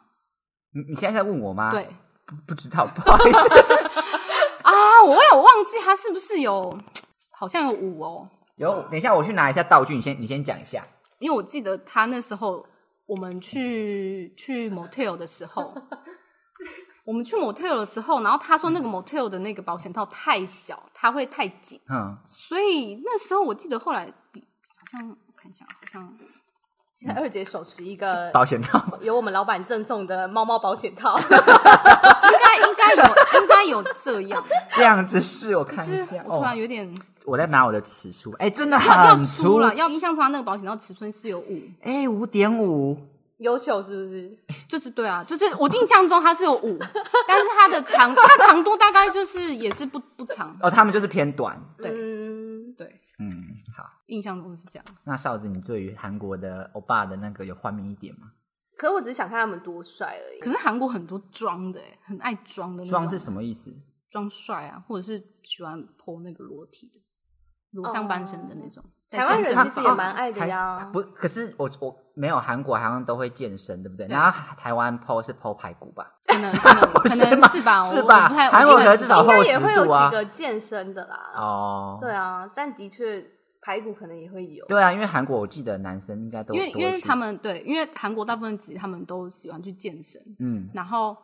[SPEAKER 1] 你你现在在问我吗？
[SPEAKER 3] 对
[SPEAKER 1] 不，不知道，不 好意思。
[SPEAKER 3] 啊，我有忘记它是不是有，好像有五哦，
[SPEAKER 1] 有，等一下我去拿一下道具，你先你先讲一下。
[SPEAKER 3] 因为我记得他那时候我们去去 motel 的 时候，我们去 motel 的时候，然后他说那个 motel 的那个保险套太小，它会太紧，
[SPEAKER 1] 嗯，
[SPEAKER 3] 所以那时候我记得后来比好像我看一下，好 像
[SPEAKER 2] 现在二姐手持一个
[SPEAKER 1] 保险套，
[SPEAKER 2] 由我们老板赠送的猫猫保险套，
[SPEAKER 3] 应该应该有应该有这 样，
[SPEAKER 1] 量子式我
[SPEAKER 3] 可
[SPEAKER 1] 看一
[SPEAKER 3] 是
[SPEAKER 1] 下。
[SPEAKER 3] 我突然
[SPEAKER 1] 哦，
[SPEAKER 3] 有点、
[SPEAKER 1] 我在拿我的尺数，哎，真的
[SPEAKER 3] 要要
[SPEAKER 1] 很
[SPEAKER 3] 粗了，要印象中它那个保险套尺寸是有五，
[SPEAKER 1] 哎，五点五，
[SPEAKER 2] 优秀是不是？
[SPEAKER 3] 就是对啊，就是我印象中它是有五， 但是它的长它长度大概就是也是不不长，
[SPEAKER 1] 哦，他们就是偏短。
[SPEAKER 3] 对
[SPEAKER 2] 嗯，
[SPEAKER 3] 对，
[SPEAKER 1] 嗯，好，
[SPEAKER 3] 印象中是这样。
[SPEAKER 1] 那哨子，你对于韩国的欧巴的那个有幻灭一点吗？
[SPEAKER 2] 可我只是想看他们多帅而已。
[SPEAKER 3] 可是韩国很多装的、欸，很爱装的那种，
[SPEAKER 1] 装是什么意思？
[SPEAKER 3] 装帅啊，或者是喜欢剖那个裸体的，裸上半身的那
[SPEAKER 1] 哦
[SPEAKER 3] 种。在
[SPEAKER 2] 台湾
[SPEAKER 3] 健
[SPEAKER 2] 人
[SPEAKER 3] 身房
[SPEAKER 2] 其实也蛮爱的呀
[SPEAKER 1] 啊还是不，可是我我没有韩国好像都会健身，对不对？然后台湾 PO 是 PO 排骨吧？
[SPEAKER 3] 可能 可能
[SPEAKER 1] 不
[SPEAKER 3] 可
[SPEAKER 1] 是吗
[SPEAKER 3] 能是吧，我
[SPEAKER 1] 是吧
[SPEAKER 3] 我不太
[SPEAKER 1] 韩国
[SPEAKER 3] 我不太
[SPEAKER 1] 可是至少
[SPEAKER 3] 知道
[SPEAKER 2] 应该
[SPEAKER 1] 厚
[SPEAKER 2] 也
[SPEAKER 1] 实
[SPEAKER 2] 会有
[SPEAKER 1] 度啊
[SPEAKER 2] 几个健身的啦。
[SPEAKER 1] 哦，
[SPEAKER 2] 对啊，但的确排骨可能也会有。
[SPEAKER 1] 对啊，因为韩国我记得男生应该都
[SPEAKER 3] 因为
[SPEAKER 1] 多
[SPEAKER 3] 因为
[SPEAKER 1] 去
[SPEAKER 3] 他们对，因为韩国大部分其实他们都喜欢去健身，
[SPEAKER 1] 嗯
[SPEAKER 3] 然后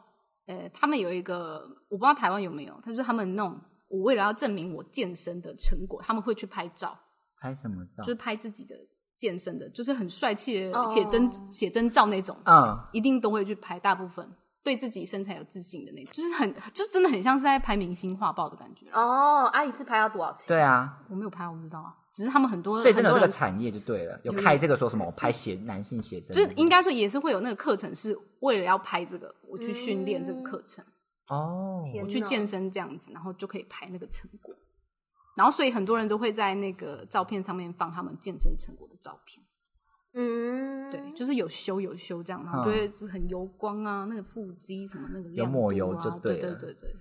[SPEAKER 3] 呃，他们有一个我不知道台湾有没有，他就是他们那种我为了要证明我健身的成果，他们会去拍照，
[SPEAKER 1] 拍什么照
[SPEAKER 3] 就？是拍自己的健身的，就是很帅气
[SPEAKER 2] 哦
[SPEAKER 3] 的写真写真照那种。
[SPEAKER 1] 嗯，
[SPEAKER 3] 一定都会去拍，大部分对自己身材有自信的那种，就是很，就真的很像是在拍明星画报的感觉。
[SPEAKER 2] 哦，啊，一次拍要多少钱？
[SPEAKER 1] 对啊，
[SPEAKER 3] 我没有拍，我不知道啊，只是他们很多，
[SPEAKER 1] 所以真的有
[SPEAKER 3] 很
[SPEAKER 1] 这
[SPEAKER 3] 多
[SPEAKER 1] 个
[SPEAKER 3] 人
[SPEAKER 1] 产业就对了，有开这个说什么我拍写男性写真，
[SPEAKER 3] 就是应该说也是会有那个课程，是为了要拍这个，我去训练这个课程，
[SPEAKER 1] 哦，
[SPEAKER 2] 天
[SPEAKER 3] 我去健身这样子，然后就可以拍那个成果。然后，所以很多人都会在那个照片上面放他们健身成果的照片，
[SPEAKER 2] 嗯，
[SPEAKER 3] 对，就是有修有修这样，然后就会是很油光啊，那个腹肌什么那个
[SPEAKER 1] 嗯有
[SPEAKER 3] 亮度啊，
[SPEAKER 1] 抹油就
[SPEAKER 3] 对
[SPEAKER 1] 对了
[SPEAKER 3] 对对，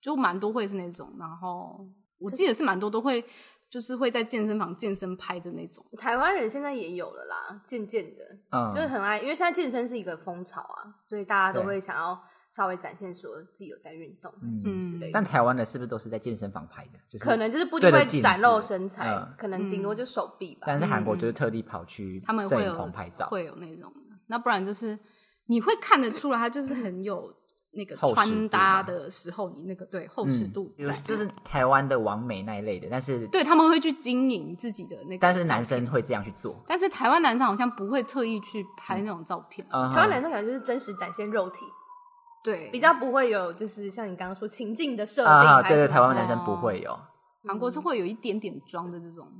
[SPEAKER 3] 就蛮多会是那种，然后我记得是蛮多都会就是会在健身房健身拍的那种，
[SPEAKER 2] 台湾人现在也有了啦，渐渐的，
[SPEAKER 3] 啊
[SPEAKER 1] 嗯，
[SPEAKER 2] 就是很爱，因为现在健身是一个风潮啊，所以大家都
[SPEAKER 1] 对
[SPEAKER 2] 会想要稍微展现说自己有在运动
[SPEAKER 1] 嗯
[SPEAKER 2] 什么之类的。
[SPEAKER 1] 但台湾的是不是都是在健身房拍的？就是
[SPEAKER 2] 可能就是不一
[SPEAKER 1] 对
[SPEAKER 2] 定
[SPEAKER 1] 着
[SPEAKER 2] 会
[SPEAKER 1] 镜
[SPEAKER 2] 展露
[SPEAKER 1] 子
[SPEAKER 2] 身材
[SPEAKER 1] 嗯，
[SPEAKER 2] 可能顶多就手臂吧。
[SPEAKER 1] 但是韩国就是特地跑去
[SPEAKER 3] 嗯他们
[SPEAKER 1] 摄
[SPEAKER 3] 会
[SPEAKER 1] 影
[SPEAKER 3] 有
[SPEAKER 1] 棚拍照，嗯
[SPEAKER 3] 会有那种的，那不然就是你会看得出来，他就是很有那个
[SPEAKER 1] 厚实度
[SPEAKER 3] 穿搭
[SPEAKER 1] 嘛
[SPEAKER 3] 的时候，你那个对厚
[SPEAKER 1] 嗯
[SPEAKER 3] 实度
[SPEAKER 1] 有
[SPEAKER 3] 在，
[SPEAKER 1] 就是台湾的王美那一类的，但是
[SPEAKER 3] 对他们会去经营自己的那个，
[SPEAKER 1] 但是男生。会这样去做，
[SPEAKER 3] 但是台湾男生好像不会特意去拍那种照片，
[SPEAKER 1] 嗯哼，
[SPEAKER 2] 台湾男生可能就是真实展现肉体，
[SPEAKER 3] 对，
[SPEAKER 2] 比较不会有就是像你刚刚说情境的设定
[SPEAKER 1] 啊，
[SPEAKER 2] 还
[SPEAKER 1] 对
[SPEAKER 2] 是什么之类
[SPEAKER 1] 对，
[SPEAKER 2] 的。
[SPEAKER 1] 台湾男生不会有
[SPEAKER 3] 韩国是会有一点点装的这种，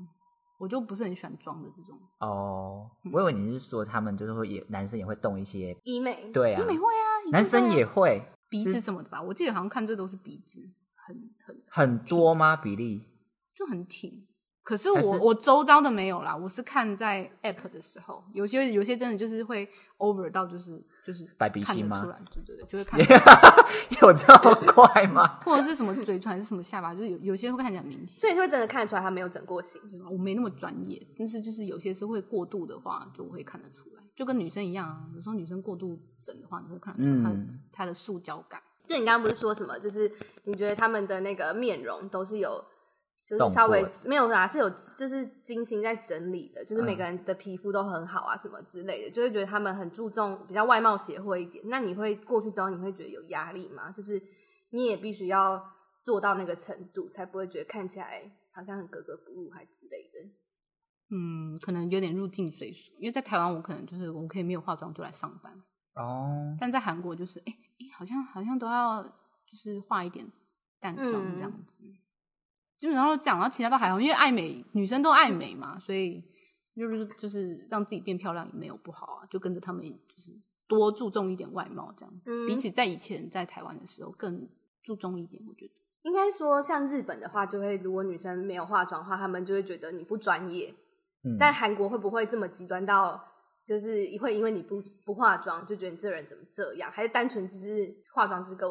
[SPEAKER 3] 我就不是很喜欢装的这种。
[SPEAKER 1] 哦。
[SPEAKER 3] 嗯
[SPEAKER 1] 我以为你是说他们就是会也男生也会动一些，
[SPEAKER 2] 医美，
[SPEAKER 1] 对啊
[SPEAKER 3] 医，美会啊，一定
[SPEAKER 1] 男生
[SPEAKER 3] 会啊
[SPEAKER 1] 也会
[SPEAKER 3] 鼻子什么的吧？我记得好像看最多是鼻子，很很
[SPEAKER 1] 很多吗？比例
[SPEAKER 3] 就很挺。可是
[SPEAKER 1] 还
[SPEAKER 3] 我
[SPEAKER 1] 是
[SPEAKER 3] 我周遭的没有啦，我是看在 app 的时候，有些有些真的就是会 over 到就是就是
[SPEAKER 1] 白鼻
[SPEAKER 3] 看
[SPEAKER 1] 心
[SPEAKER 3] 得
[SPEAKER 1] 吗
[SPEAKER 3] 出来，对对对，就会 看得出来，
[SPEAKER 1] 有这么快吗？
[SPEAKER 3] 或者是什么嘴唇还是什么下巴，就是有有些会看起来很明显。
[SPEAKER 2] 所以你会真的看得出来他没有整过型。
[SPEAKER 3] 我没那么专业，但是就是有些是会过度的话，就会看得出来，就跟女生一样啊。有时候女生过度整的话，你会看得出来她的、
[SPEAKER 1] 嗯
[SPEAKER 3] 她的塑胶感。
[SPEAKER 2] 就你刚刚不是说什么？就是你觉得他们的那个面容都是有，就
[SPEAKER 1] 动
[SPEAKER 2] 是稍微
[SPEAKER 1] 过
[SPEAKER 2] 没有啦，是有就是精心在整理的，就是
[SPEAKER 1] 嗯
[SPEAKER 2] 每个人的皮肤都很好啊，什么之类的，就会觉得他们很注重比较外貌协会一点。那你会过去之后，你会觉得有压力吗？就是你也必须要做到那个程度，才不会觉得看起来好像很格格不入还之类的。
[SPEAKER 3] 嗯，可能有点入境随俗，因为在台湾我可能就是我可以没有化妆就来上班，
[SPEAKER 1] 哦，
[SPEAKER 3] 但在韩国就是哎、诶好像好像都要就是化一点淡妆
[SPEAKER 2] 嗯
[SPEAKER 3] 这样子，基本上都这样，然后其他都还好，因为爱美女生都爱美嘛，所以就是就是让自己变漂亮也没有不好啊，就跟着他们就是多注重一点外貌这样，
[SPEAKER 2] 嗯
[SPEAKER 3] 比起在以前在台湾的时候更注重一点，我觉得。
[SPEAKER 2] 应该说，像日本的话，就会如果女生没有化妆的话，他们就会觉得你不专业。
[SPEAKER 1] 嗯
[SPEAKER 2] 但韩国会不会这么极端到，就是会因为你不不化妆就觉得你这人怎么这样？还是单纯只是化妆是个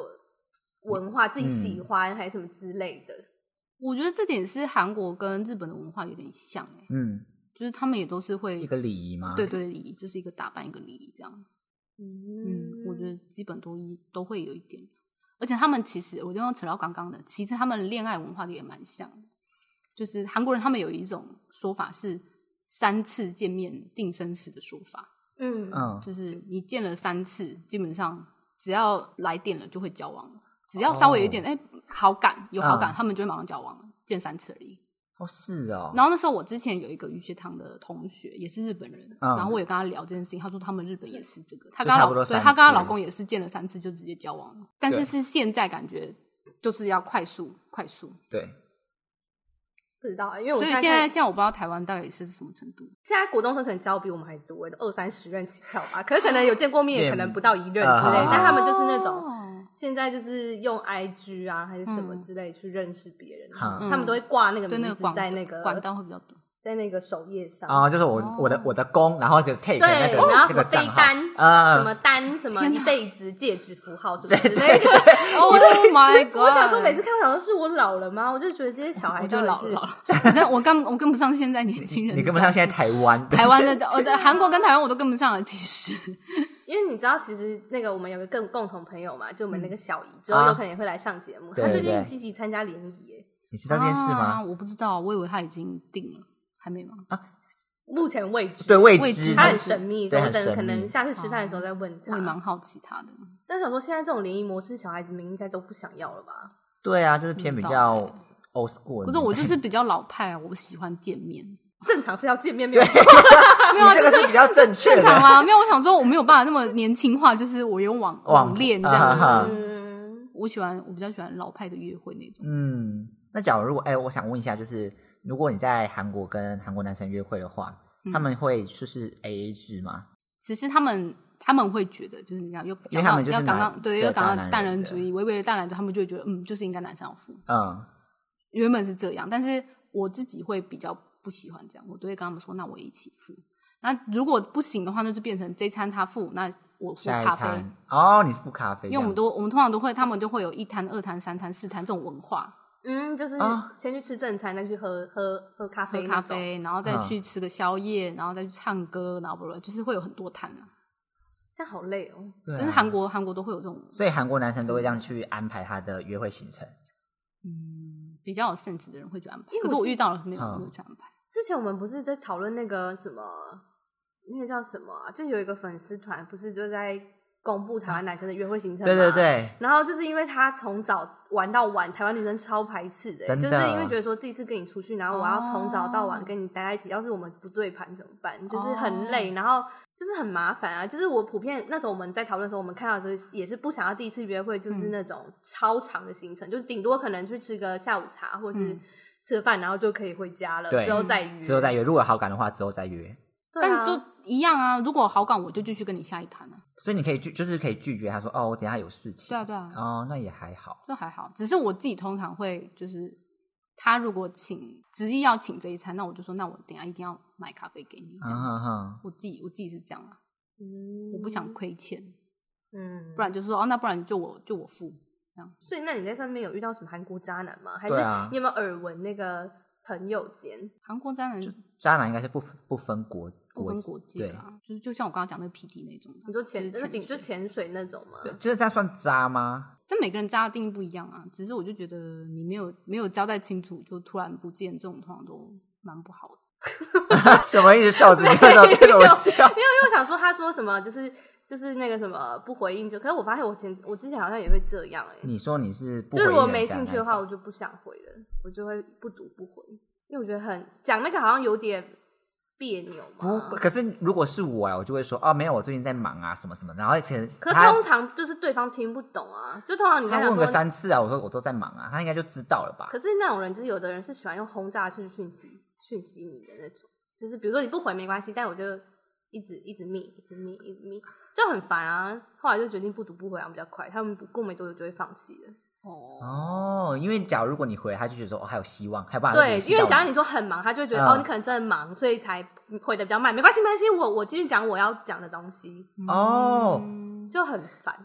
[SPEAKER 2] 文化，自己喜欢、还是什么之类的？
[SPEAKER 3] 我觉得这点是韩国跟日本的文化有点像、欸，
[SPEAKER 1] 嗯，
[SPEAKER 3] 就是他们也都是会
[SPEAKER 1] 一个礼仪吗？
[SPEAKER 3] 对，对礼仪，就是一个打扮一个礼仪这样。嗯
[SPEAKER 2] 嗯，
[SPEAKER 3] 我觉得基本都一都会有一点，而且他们其实我就要扯到刚刚的，其实他们恋爱文化也蛮像的，就是韩国人他们有一种说法是三次见面定生死的说法，
[SPEAKER 2] 嗯
[SPEAKER 1] 嗯，
[SPEAKER 3] 就是你见了三次，基本上只要来电了就会交往了，只要稍微有一点哎、好感有好感，
[SPEAKER 1] 嗯
[SPEAKER 3] 他们就会马上交往了，见三次而已。
[SPEAKER 1] 哦是哦，
[SPEAKER 3] 然后那时候我之前有一个鱼学堂的同学，也是日本人，
[SPEAKER 1] 嗯
[SPEAKER 3] 然后我也跟他聊这件事情，他说他们日本也是这个，他
[SPEAKER 1] 就
[SPEAKER 3] 跟他
[SPEAKER 1] 差
[SPEAKER 3] 老
[SPEAKER 1] 不多
[SPEAKER 3] 对
[SPEAKER 1] 三
[SPEAKER 3] 他跟他
[SPEAKER 1] 次
[SPEAKER 3] 老公也是见了三次就直接交往了，但是
[SPEAKER 1] 对
[SPEAKER 3] 是现在感觉就是要快速快速，
[SPEAKER 1] 对，
[SPEAKER 2] 不知道欸，因为我
[SPEAKER 3] 所以现
[SPEAKER 2] 看
[SPEAKER 3] 在现在我不知道台湾大概是什么程度，
[SPEAKER 2] 现在国中生可能交比我们还多，都二三十任起跳吧。可是可能有见过面，也可能不到一任之类
[SPEAKER 1] 啊
[SPEAKER 2] 的。但他们就是那种
[SPEAKER 3] 种
[SPEAKER 2] 现在就是用 IG 啊还是什么之类去认识别人，
[SPEAKER 1] 嗯
[SPEAKER 2] 他们都会挂那个
[SPEAKER 3] 对嗯那
[SPEAKER 2] 名
[SPEAKER 3] 个
[SPEAKER 2] 字
[SPEAKER 3] 广
[SPEAKER 2] 在那个
[SPEAKER 3] 广单会比较 多，
[SPEAKER 2] 在那个首页上。
[SPEAKER 1] 啊，就是我我
[SPEAKER 3] 哦
[SPEAKER 1] 的我的公，然后就 take
[SPEAKER 2] 对
[SPEAKER 1] 那个
[SPEAKER 2] 然后
[SPEAKER 1] 那
[SPEAKER 2] 什
[SPEAKER 1] 个
[SPEAKER 2] 么
[SPEAKER 1] 账
[SPEAKER 2] 飞
[SPEAKER 1] 号
[SPEAKER 2] 单
[SPEAKER 1] 啊，
[SPEAKER 2] 什么单什么
[SPEAKER 3] 天
[SPEAKER 2] 一
[SPEAKER 3] 哪
[SPEAKER 2] 辈子戒指符号什么之类的，
[SPEAKER 3] Oh my god！
[SPEAKER 2] 我想说每次看到想说是我老了吗？我就觉得这些小孩
[SPEAKER 3] 我就
[SPEAKER 2] 到底
[SPEAKER 3] 老
[SPEAKER 2] 是
[SPEAKER 3] 了老了，我真的我跟我跟不上现在年轻
[SPEAKER 1] 嗯
[SPEAKER 3] 人
[SPEAKER 1] 你
[SPEAKER 3] 的脚步，
[SPEAKER 1] 跟不上现在台湾的
[SPEAKER 3] 台湾的，我的韩国跟台湾我都跟不上了，其实。
[SPEAKER 2] 因为你知道，其实那个我们有个更共同朋友嘛，就我们那个小姨，之后
[SPEAKER 1] 啊
[SPEAKER 2] 有可能也会来上节目。
[SPEAKER 1] 对
[SPEAKER 2] 她最近
[SPEAKER 1] 对
[SPEAKER 2] 积极参加联谊耶，
[SPEAKER 1] 你知道这件事
[SPEAKER 3] 啊？
[SPEAKER 1] 吗？
[SPEAKER 3] 我不知道，我以为他已经定了，还没吗？
[SPEAKER 2] 目前未知，
[SPEAKER 1] 对，未
[SPEAKER 3] 未知
[SPEAKER 1] 知
[SPEAKER 2] 她很神秘，
[SPEAKER 1] 对
[SPEAKER 2] 等
[SPEAKER 1] 很
[SPEAKER 2] 等，
[SPEAKER 1] 神
[SPEAKER 2] 可能
[SPEAKER 1] 秘
[SPEAKER 2] 下次吃饭的时候再问
[SPEAKER 1] 啊
[SPEAKER 3] 我也蛮
[SPEAKER 2] 她。
[SPEAKER 3] 好奇他的。
[SPEAKER 1] 嗯
[SPEAKER 2] 但想说，现在这种联谊模式，小孩子们应该都不想要了吧？
[SPEAKER 1] 对啊，就是偏比较
[SPEAKER 3] 不知道
[SPEAKER 1] old school 的年代。
[SPEAKER 3] 嗯可是 我就是比较老派啊，我喜欢见面。
[SPEAKER 2] 正常是要见面，没有错
[SPEAKER 3] 没有啊，
[SPEAKER 1] 你这
[SPEAKER 3] 就
[SPEAKER 1] 个是
[SPEAKER 3] 是
[SPEAKER 1] 比较正确
[SPEAKER 3] 正
[SPEAKER 1] 的，
[SPEAKER 3] 常 啊。没有，我想说我没有办法那么年轻化，就是我用网
[SPEAKER 1] 网
[SPEAKER 3] 网恋这样子。
[SPEAKER 1] 啊哈
[SPEAKER 2] 嗯，
[SPEAKER 3] 我喜欢，我比较喜欢老派的约会那种。
[SPEAKER 1] 嗯，那假如如果哎、我想问一下，就是如果你在韩国跟韩国男生约会的话，他
[SPEAKER 3] 嗯
[SPEAKER 1] 们会就是 A A 制吗？
[SPEAKER 3] 其实他们他们会觉得，就是你讲又
[SPEAKER 1] 因为
[SPEAKER 3] 讲
[SPEAKER 1] 他
[SPEAKER 3] 到
[SPEAKER 1] 们就是
[SPEAKER 3] 要
[SPEAKER 1] 男
[SPEAKER 3] 讲到对，
[SPEAKER 1] 对
[SPEAKER 3] 又讲
[SPEAKER 1] 大
[SPEAKER 3] 到
[SPEAKER 1] 男
[SPEAKER 3] 大
[SPEAKER 1] 人
[SPEAKER 3] 人
[SPEAKER 1] 的
[SPEAKER 3] 主义，违背了大男主义，他们就会觉得嗯，就是应该男生要付。
[SPEAKER 1] 嗯，
[SPEAKER 3] 原本是这样，但是我自己会比较不喜欢这样，我都会跟他们说，那我也一起付。那如果不行的话，那就变成这餐他付，那我付
[SPEAKER 1] 下一
[SPEAKER 3] 咖啡。
[SPEAKER 1] 餐哦，你付咖啡这样，
[SPEAKER 3] 因为我们都我们通常都会，他们就会有一摊、二摊、三摊、四摊这种文化，
[SPEAKER 2] 嗯，就是
[SPEAKER 1] 啊
[SPEAKER 2] 先去吃正餐，再去喝喝喝咖
[SPEAKER 3] 喝
[SPEAKER 2] 啡，
[SPEAKER 3] 咖。啡，然后再
[SPEAKER 1] 嗯
[SPEAKER 3] 去吃个宵夜，然后再去唱歌，然后不就是会有很多摊啊。
[SPEAKER 2] 这样好累哦。
[SPEAKER 1] 对啊
[SPEAKER 3] 就是韩，国韩国都会有这种
[SPEAKER 1] 所以韩国男生都会这样去安排他的约会行程。
[SPEAKER 3] 嗯比较有 sense 的人会去安排
[SPEAKER 2] 因为，我
[SPEAKER 3] 可是我
[SPEAKER 2] 是
[SPEAKER 3] 遇到了没有
[SPEAKER 1] 嗯
[SPEAKER 3] 没有去安排。
[SPEAKER 2] 之前我们不是在讨论那个什么，那个叫什么啊？就有一个粉丝团，不是就在公布台湾男生的约会行程吗？
[SPEAKER 1] 啊对对。对，
[SPEAKER 2] 然后就是因为他从早玩到晚，台湾女生超排斥的、欸
[SPEAKER 1] 真的
[SPEAKER 2] 就是因为觉得说第一次跟你出去，然后我要从早到晚跟你待在一起，要是我们不对盘怎么
[SPEAKER 1] 哦
[SPEAKER 2] 办？就是很累，然后就是很麻烦啊。就是我普遍那时候我们在讨论的时候，我们看到的时候也是不想要第一次约会，就是
[SPEAKER 1] 嗯
[SPEAKER 2] 那种超长的行程，就是顶多可能去吃个下午茶，或是
[SPEAKER 3] 嗯
[SPEAKER 2] 吃个饭，然后就可以回家了，
[SPEAKER 1] 对
[SPEAKER 2] 之后再约，
[SPEAKER 1] 之后再约，如果有好感的话，之后再约。
[SPEAKER 2] 对啊。
[SPEAKER 3] 但就一样啊，如果有好感我就继续跟你下一摊啊。
[SPEAKER 1] 所以你可以拒，就是可以拒绝他说哦，我等一下有事情。
[SPEAKER 3] 对啊对啊，
[SPEAKER 1] 哦，那也还好。
[SPEAKER 3] 就还好，只是我自己通常会就是，他如果请执意要请这一餐，那我就说那我等一下一定要买咖啡给你
[SPEAKER 1] 嗯
[SPEAKER 3] 这样子。
[SPEAKER 1] 哼哼，
[SPEAKER 3] 我自己我自己是这样啊，
[SPEAKER 2] 嗯
[SPEAKER 3] 我不想，亏欠，
[SPEAKER 2] 嗯，
[SPEAKER 3] 不然就说哦，那不然就我就我付。
[SPEAKER 2] 所以那你在上面有遇到什么韩国渣男吗？还是
[SPEAKER 1] 对啊
[SPEAKER 2] 你有没有耳闻那个朋友间？
[SPEAKER 3] 韩国渣男
[SPEAKER 1] 渣男应该是不不分国
[SPEAKER 3] 不分国
[SPEAKER 1] 国
[SPEAKER 3] 界啊，就是就像我刚刚讲那个 P D 那种的，
[SPEAKER 2] 你说
[SPEAKER 3] 就是
[SPEAKER 2] 潜就
[SPEAKER 3] 潜
[SPEAKER 2] 顶就
[SPEAKER 3] 水
[SPEAKER 2] 潜水那种吗？
[SPEAKER 1] 对，就是这样算渣吗？
[SPEAKER 3] 但每个人渣的定义不一样啊。只是我就觉得你没有没有交代清楚，就突然不见，这种通常都蛮不好的。
[SPEAKER 1] 什么意思？瘦子，你为什么对着我笑？
[SPEAKER 2] 因为因为我想说，他说什么就是就是那个什么不回应就，可是我发现我前我之前好像也会这样哎、
[SPEAKER 1] 你说你是不
[SPEAKER 2] 就如果
[SPEAKER 1] 回应
[SPEAKER 2] 没
[SPEAKER 1] 人家
[SPEAKER 2] 兴趣的
[SPEAKER 1] 那
[SPEAKER 2] 话，
[SPEAKER 1] 种
[SPEAKER 2] 我就不想回了，我就会不读不回，因为我觉得很讲那个好像有点别扭
[SPEAKER 1] 不
[SPEAKER 2] 吗？，
[SPEAKER 1] 可是如果是我啊，我就会说哦，没有，我最近在忙啊，什么什么。然后且
[SPEAKER 2] 可
[SPEAKER 1] 他
[SPEAKER 2] 通常就是对方听不懂啊，就通常你
[SPEAKER 1] 他
[SPEAKER 2] 跟
[SPEAKER 1] 问
[SPEAKER 2] 说
[SPEAKER 1] 个，三次啊，我说我都在忙啊，他应该就知道了吧？
[SPEAKER 2] 可是那种人就是有的人是喜欢用轰炸式讯息讯息你的那种，就是比如说你不回没关系，但我就一直一直密一直密一直密，就很烦啊。后来就决定不读不回啊，比较快，他们不过没多久就会放弃了。
[SPEAKER 3] 哦，
[SPEAKER 1] 哦，因为假如如果你回，他就觉得说哦，还有希望，还有办法
[SPEAKER 2] 对，
[SPEAKER 1] 联系
[SPEAKER 2] 因为
[SPEAKER 1] 到
[SPEAKER 2] 假如
[SPEAKER 1] 你
[SPEAKER 2] 你说很忙，他就会觉得、
[SPEAKER 1] 嗯
[SPEAKER 2] 哦，你可能真的忙，所以才回的比较慢。没关系，没关系，我我继续讲我要讲的东西，
[SPEAKER 1] 哦
[SPEAKER 3] 嗯
[SPEAKER 2] 就很烦，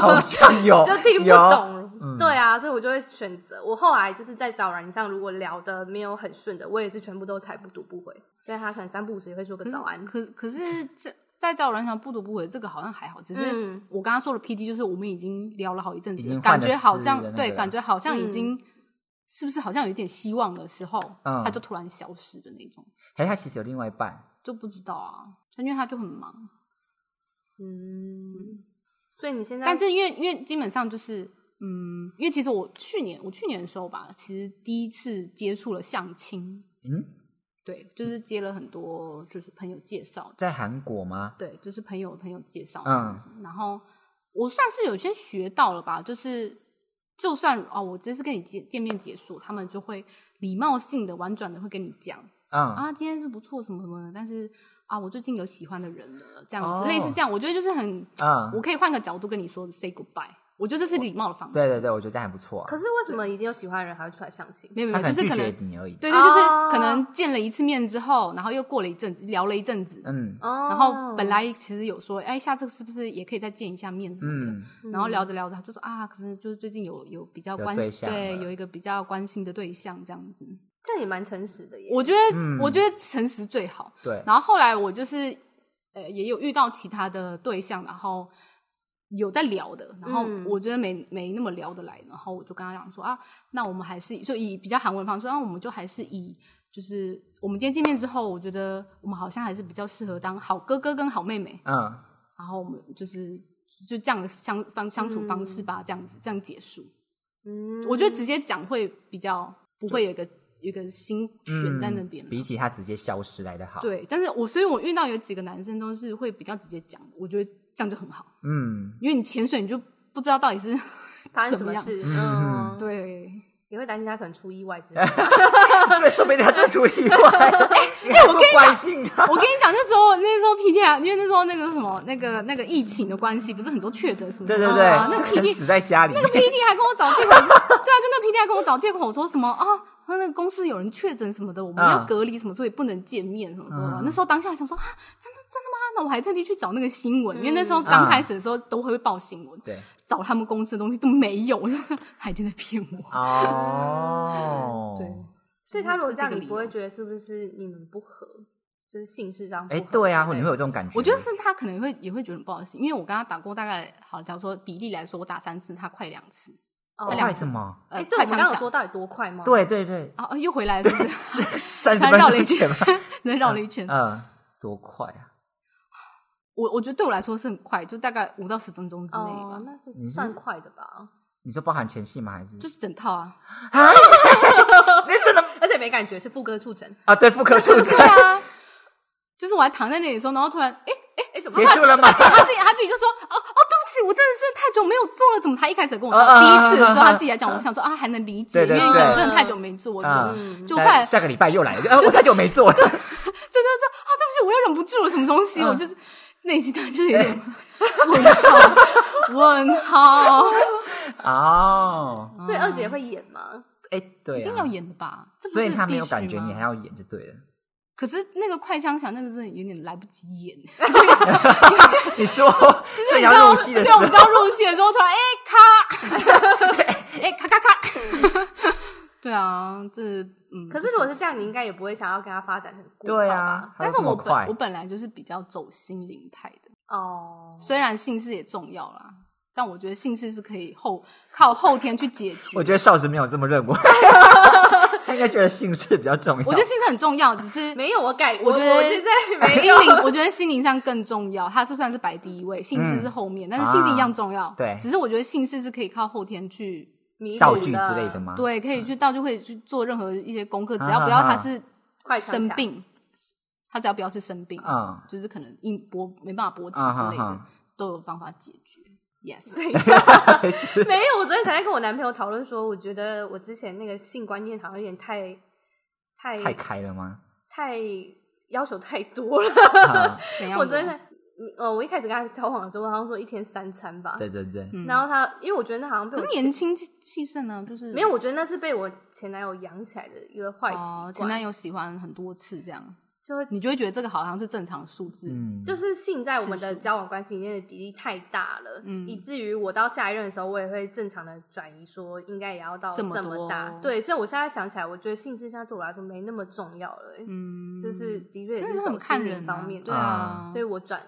[SPEAKER 1] 好像 有
[SPEAKER 2] 就听不
[SPEAKER 1] 哦有
[SPEAKER 2] 懂。
[SPEAKER 1] 嗯
[SPEAKER 2] 对啊，所以我就会选择我后来就是在找软件上，如果聊的没有很顺的，我也是全部都才不读不回。所以他可能三不五时也会说个
[SPEAKER 3] 可是
[SPEAKER 2] 早安。
[SPEAKER 3] 可可是这在交友软件上不读不回，这个好像还好，只是
[SPEAKER 2] 嗯，
[SPEAKER 3] 我刚刚说的 PD 就是我们已经聊了好一阵
[SPEAKER 1] 已
[SPEAKER 3] 子，
[SPEAKER 1] 经
[SPEAKER 3] 感
[SPEAKER 1] 换了
[SPEAKER 3] 觉好像
[SPEAKER 1] 思的那个
[SPEAKER 3] 对，感觉好像已
[SPEAKER 2] 嗯
[SPEAKER 3] 经、是不是好像有一点希望的时候，
[SPEAKER 1] 嗯
[SPEAKER 3] 他就突然消失的那种，
[SPEAKER 1] 哎，他其实有另外一半，
[SPEAKER 3] 就不知道啊，因为他就很忙，
[SPEAKER 2] 嗯，所以你现在，
[SPEAKER 3] 但是因为因为基本上就是。嗯，因为其实我去年我去年的时候吧，其实第一次接触了相亲，
[SPEAKER 1] 嗯，
[SPEAKER 3] 对，就是接了很多就是朋友介绍的
[SPEAKER 1] 在韩国吗？
[SPEAKER 3] 对，就是朋友朋友介绍
[SPEAKER 1] 嗯
[SPEAKER 3] 这样子。然后我算是有些学到了吧，就是就算哦，我这次跟你见见面结束，他们就会礼貌性的、婉转的会跟你讲
[SPEAKER 1] 嗯，
[SPEAKER 3] 啊，今天是不错什么什么的，但是啊，我最近有喜欢的人了，这样
[SPEAKER 1] 哦
[SPEAKER 3] 子、类似这样，我觉得就是很，
[SPEAKER 1] 嗯
[SPEAKER 3] 我可以换个角度跟你说 say goodbye，我觉得这是礼貌的方式。
[SPEAKER 1] 对对对，我觉得这样还不错啊。
[SPEAKER 2] 可是为什么已经有喜欢的人还会出来相亲？
[SPEAKER 3] 没有没
[SPEAKER 1] 他
[SPEAKER 3] 有，就
[SPEAKER 1] 能
[SPEAKER 3] 是
[SPEAKER 1] 拒
[SPEAKER 3] 可能
[SPEAKER 1] 绝你而已。
[SPEAKER 3] 对对，就是
[SPEAKER 2] 哦
[SPEAKER 3] 可能见了一次面之后，然后又过了一阵子，聊了一阵子，
[SPEAKER 1] 嗯
[SPEAKER 2] 哦，
[SPEAKER 3] 然后本来其实有说，哎，下次是不是也可以再见一下面什么的？
[SPEAKER 1] 嗯，
[SPEAKER 3] 然后聊着聊着，他就说啊，可是就是最近有有比较
[SPEAKER 1] 有
[SPEAKER 3] 关
[SPEAKER 1] 对
[SPEAKER 3] 系，
[SPEAKER 1] 象
[SPEAKER 3] 对，
[SPEAKER 1] 了
[SPEAKER 3] 有一个比较关心的对象这样子。
[SPEAKER 2] 这样也蛮诚实的耶。
[SPEAKER 3] 我觉得、
[SPEAKER 1] 嗯
[SPEAKER 3] 我觉得诚实最好。
[SPEAKER 1] 对，
[SPEAKER 3] 然后后来我就是呃也有遇到其他的对象，然后有在聊的，然后
[SPEAKER 2] 嗯
[SPEAKER 3] 我觉得没、没那么聊得来，然后我就跟他讲说啊，那我们还是就以比较韩文方式，啊那、我们就还是以就是我们今天见面之后，我觉得我们好像还是比较适合当好哥哥跟好妹妹。
[SPEAKER 1] 嗯，
[SPEAKER 3] 然后我们就是就这样的相方相处方式吧，这样子这样结束。
[SPEAKER 2] 嗯
[SPEAKER 3] 我觉得直接讲会比较不会有一个有一个心悬在那
[SPEAKER 1] 嗯
[SPEAKER 3] 边了、
[SPEAKER 1] 比起他直接消失来的好。，
[SPEAKER 3] 对，但是我所以，我遇到有几个男生都是会比较直接讲的，我觉得这样就很好，
[SPEAKER 1] 嗯，
[SPEAKER 3] 因为你潜水你就不知道到底是
[SPEAKER 2] 发生
[SPEAKER 3] 怎
[SPEAKER 2] 什
[SPEAKER 3] 么样，
[SPEAKER 2] 事？
[SPEAKER 1] 嗯
[SPEAKER 2] 嗯
[SPEAKER 3] 对。
[SPEAKER 2] 也会担心他可能出意外之类 的。
[SPEAKER 1] 对，说明他真出意外。 哎
[SPEAKER 3] 我跟你讲
[SPEAKER 1] 关心他，
[SPEAKER 3] 我跟你讲，那时候那时候 PT 啊，因为那时候那个什么那个那个疫情的关系，不是很多确诊什么
[SPEAKER 1] 对
[SPEAKER 3] 什么
[SPEAKER 1] 对对
[SPEAKER 3] 的啊，那个，
[SPEAKER 1] 可能
[SPEAKER 3] PT
[SPEAKER 1] 死在家里。
[SPEAKER 3] 那个 PD 还跟我找借口 说，对啊，就那个 PD 还跟我找借口说什么啊，他那个公司有人确诊什么的，我们
[SPEAKER 1] 嗯
[SPEAKER 3] 要隔离什么，所以不能见面什么的
[SPEAKER 1] 嗯。
[SPEAKER 3] 那时候当下还想说啊，真的真的吗？那我还特地去找那个新闻，因为那时
[SPEAKER 2] 嗯
[SPEAKER 3] 候刚开始的时候都会报新闻，
[SPEAKER 1] 对，
[SPEAKER 3] 找他们公司的东西都没有， 我就说他一定在骗我。
[SPEAKER 1] 哦，
[SPEAKER 3] 对，
[SPEAKER 2] 所以他如果
[SPEAKER 3] 这
[SPEAKER 2] 这样，
[SPEAKER 3] 个
[SPEAKER 2] 你
[SPEAKER 3] 理
[SPEAKER 2] 不会
[SPEAKER 3] 由
[SPEAKER 2] 觉得是不是你们不合，就是性事上不合
[SPEAKER 1] 哎
[SPEAKER 2] 之类？的？
[SPEAKER 1] 对啊，会你会有这种感觉？
[SPEAKER 3] 我觉得，是他可能会也会觉得很不好意思，因为我跟他打过大概好，假如说比例来说，我打三次，他快两次，
[SPEAKER 2] 哦
[SPEAKER 1] 为什么？
[SPEAKER 3] 呃，
[SPEAKER 2] 哎，对，我
[SPEAKER 3] 快
[SPEAKER 2] 们刚
[SPEAKER 3] 枪
[SPEAKER 2] 刚有
[SPEAKER 3] 下
[SPEAKER 2] 说到底多快吗？，
[SPEAKER 1] 对对对，
[SPEAKER 3] 啊，又回来了是不是？
[SPEAKER 1] 三十
[SPEAKER 3] 才
[SPEAKER 1] 分
[SPEAKER 3] 绕了一
[SPEAKER 1] 钟
[SPEAKER 3] 圈
[SPEAKER 1] 前吧。，
[SPEAKER 3] 对，绕了一圈。
[SPEAKER 1] 嗯，多快啊！
[SPEAKER 3] 我我觉得对我来说是很快，就大概五到十分钟之内吧，
[SPEAKER 2] 哦，那是
[SPEAKER 1] 你是
[SPEAKER 2] 算快的吧？
[SPEAKER 1] 你说包含前戏吗？还是
[SPEAKER 3] 就是整 套啊。
[SPEAKER 2] 而 且没感觉是副歌触诊，
[SPEAKER 1] 啊？对，妇科触诊
[SPEAKER 3] 对啊，就是我还躺在那里的时候，然后突然，哎、
[SPEAKER 2] 哎，怎么
[SPEAKER 1] 结束了吗？
[SPEAKER 3] 他自己他自己就说，哦哦，对不起，我真的是太久没有做了，怎么？他一开始跟我
[SPEAKER 1] 啊
[SPEAKER 3] 说
[SPEAKER 1] 啊
[SPEAKER 3] 第
[SPEAKER 1] 啊
[SPEAKER 3] 一次的时候，
[SPEAKER 1] 啊啊
[SPEAKER 3] 他自己来讲，我想说啊，还能理解，
[SPEAKER 1] 对对
[SPEAKER 3] 因为可能
[SPEAKER 2] 对
[SPEAKER 3] 真的太久没做
[SPEAKER 1] 啊
[SPEAKER 3] 了，
[SPEAKER 2] 嗯
[SPEAKER 3] 就后来
[SPEAKER 1] 下个礼拜又来，呃，我太久没做了。
[SPEAKER 3] 真的说啊，对不起，我又忍不住了，什么东西？
[SPEAKER 1] 嗯
[SPEAKER 3] 我就是内心当时就是有点问号，问号，
[SPEAKER 1] 啊哦，
[SPEAKER 2] 所以二姐会演吗？
[SPEAKER 1] 哎，对，
[SPEAKER 3] 一定要，演的吧？这不
[SPEAKER 1] 所
[SPEAKER 3] 是
[SPEAKER 1] 以他没有
[SPEAKER 3] 必须
[SPEAKER 1] 感觉，
[SPEAKER 3] 吗
[SPEAKER 1] 你还要演就对了。
[SPEAKER 3] 可是那个快枪响，那个真的有点来不及演。
[SPEAKER 1] 你说
[SPEAKER 3] 就是
[SPEAKER 1] 正
[SPEAKER 3] 你知
[SPEAKER 1] 要
[SPEAKER 3] 道，
[SPEAKER 1] 入戏的时
[SPEAKER 3] 对，我
[SPEAKER 1] 候
[SPEAKER 3] 们，知道入戏的时候，突然哎、 咔，哎、咔咔咔， 对啊，这嗯。
[SPEAKER 2] 可是如果是这样，你应该也不会想要跟他发展成顾
[SPEAKER 1] 对
[SPEAKER 2] 好吧
[SPEAKER 1] 啊，
[SPEAKER 3] 但
[SPEAKER 1] 还
[SPEAKER 3] 是
[SPEAKER 1] 有这么
[SPEAKER 3] 我本
[SPEAKER 1] 快
[SPEAKER 3] 我本来就是比较走心灵派的，
[SPEAKER 1] 啊
[SPEAKER 2] 哦，
[SPEAKER 3] 虽然姓氏也重要啦，但我觉得姓氏是可以后靠后天去解决。
[SPEAKER 1] 我觉得少子没有这么 认为，他应该觉得姓氏比较重要。
[SPEAKER 3] 我觉得姓氏很重要，只是
[SPEAKER 2] 没有我改，我
[SPEAKER 3] 我觉得
[SPEAKER 2] 我现 在没
[SPEAKER 3] 心
[SPEAKER 2] 有。
[SPEAKER 3] 灵，我觉得心灵上更重要，它是算是摆第一位，姓氏是后面，但是姓氏一样重要。
[SPEAKER 1] 嗯啊对
[SPEAKER 3] 只是我觉得姓氏是可以靠后天去
[SPEAKER 2] 弥
[SPEAKER 1] 道
[SPEAKER 2] 补
[SPEAKER 1] 具之类的，吗？，
[SPEAKER 3] 对，可以去到就会去做任何一些功课，只
[SPEAKER 1] 啊
[SPEAKER 3] 要不要
[SPEAKER 1] 啊
[SPEAKER 3] 他
[SPEAKER 1] 啊
[SPEAKER 3] 是
[SPEAKER 2] 快
[SPEAKER 3] 生
[SPEAKER 2] 想想，
[SPEAKER 3] 病，他只要不要是生病，
[SPEAKER 1] 嗯，
[SPEAKER 3] 就是可能硬勃没办法勃起
[SPEAKER 1] 啊
[SPEAKER 3] 之
[SPEAKER 1] 哈
[SPEAKER 3] 类的，
[SPEAKER 1] 哈
[SPEAKER 3] 都有方法解决。Yes，
[SPEAKER 2] 对没有，我昨天才在跟我男朋友讨论说，我觉得我之前那个性观念好像有点太太
[SPEAKER 1] 太开了 吗？
[SPEAKER 2] 太要求太多了。
[SPEAKER 1] 啊
[SPEAKER 3] 怎 样？
[SPEAKER 2] 我真的，嗯呃，我一开始跟他交往的时候，我好像说一天三餐吧。
[SPEAKER 1] 对对对，
[SPEAKER 3] 嗯
[SPEAKER 2] 然后他，因为我觉得那好像被
[SPEAKER 3] 可
[SPEAKER 2] 我
[SPEAKER 3] 是
[SPEAKER 2] 前
[SPEAKER 3] 年轻气气盛呢，就是
[SPEAKER 2] 没有，我觉得那是被我前男友养起来的一个坏习
[SPEAKER 3] 哦
[SPEAKER 2] 惯。，
[SPEAKER 3] 前男友嗯喜欢很多次这样，
[SPEAKER 2] 就会
[SPEAKER 3] 你就会觉得这个好像是正常数字。
[SPEAKER 1] 嗯，
[SPEAKER 2] 就是性在我们的
[SPEAKER 3] 次数
[SPEAKER 2] 交往关系里面的比例太大了，
[SPEAKER 3] 嗯
[SPEAKER 2] 以至于我到下一任的时候，我也会正常的转移，说应该也要到
[SPEAKER 3] 这么
[SPEAKER 2] 么大。
[SPEAKER 3] 多
[SPEAKER 2] 对，所以我现在想起来，我觉得性志向对我来说没那么重要了、欸
[SPEAKER 3] 嗯，
[SPEAKER 2] 就是的确也
[SPEAKER 3] 真的
[SPEAKER 2] 是
[SPEAKER 3] 是
[SPEAKER 2] 走
[SPEAKER 3] 很
[SPEAKER 2] 心
[SPEAKER 3] 看
[SPEAKER 2] 灵
[SPEAKER 3] 人啊
[SPEAKER 2] 方面的
[SPEAKER 3] 对啊，
[SPEAKER 2] 所以我转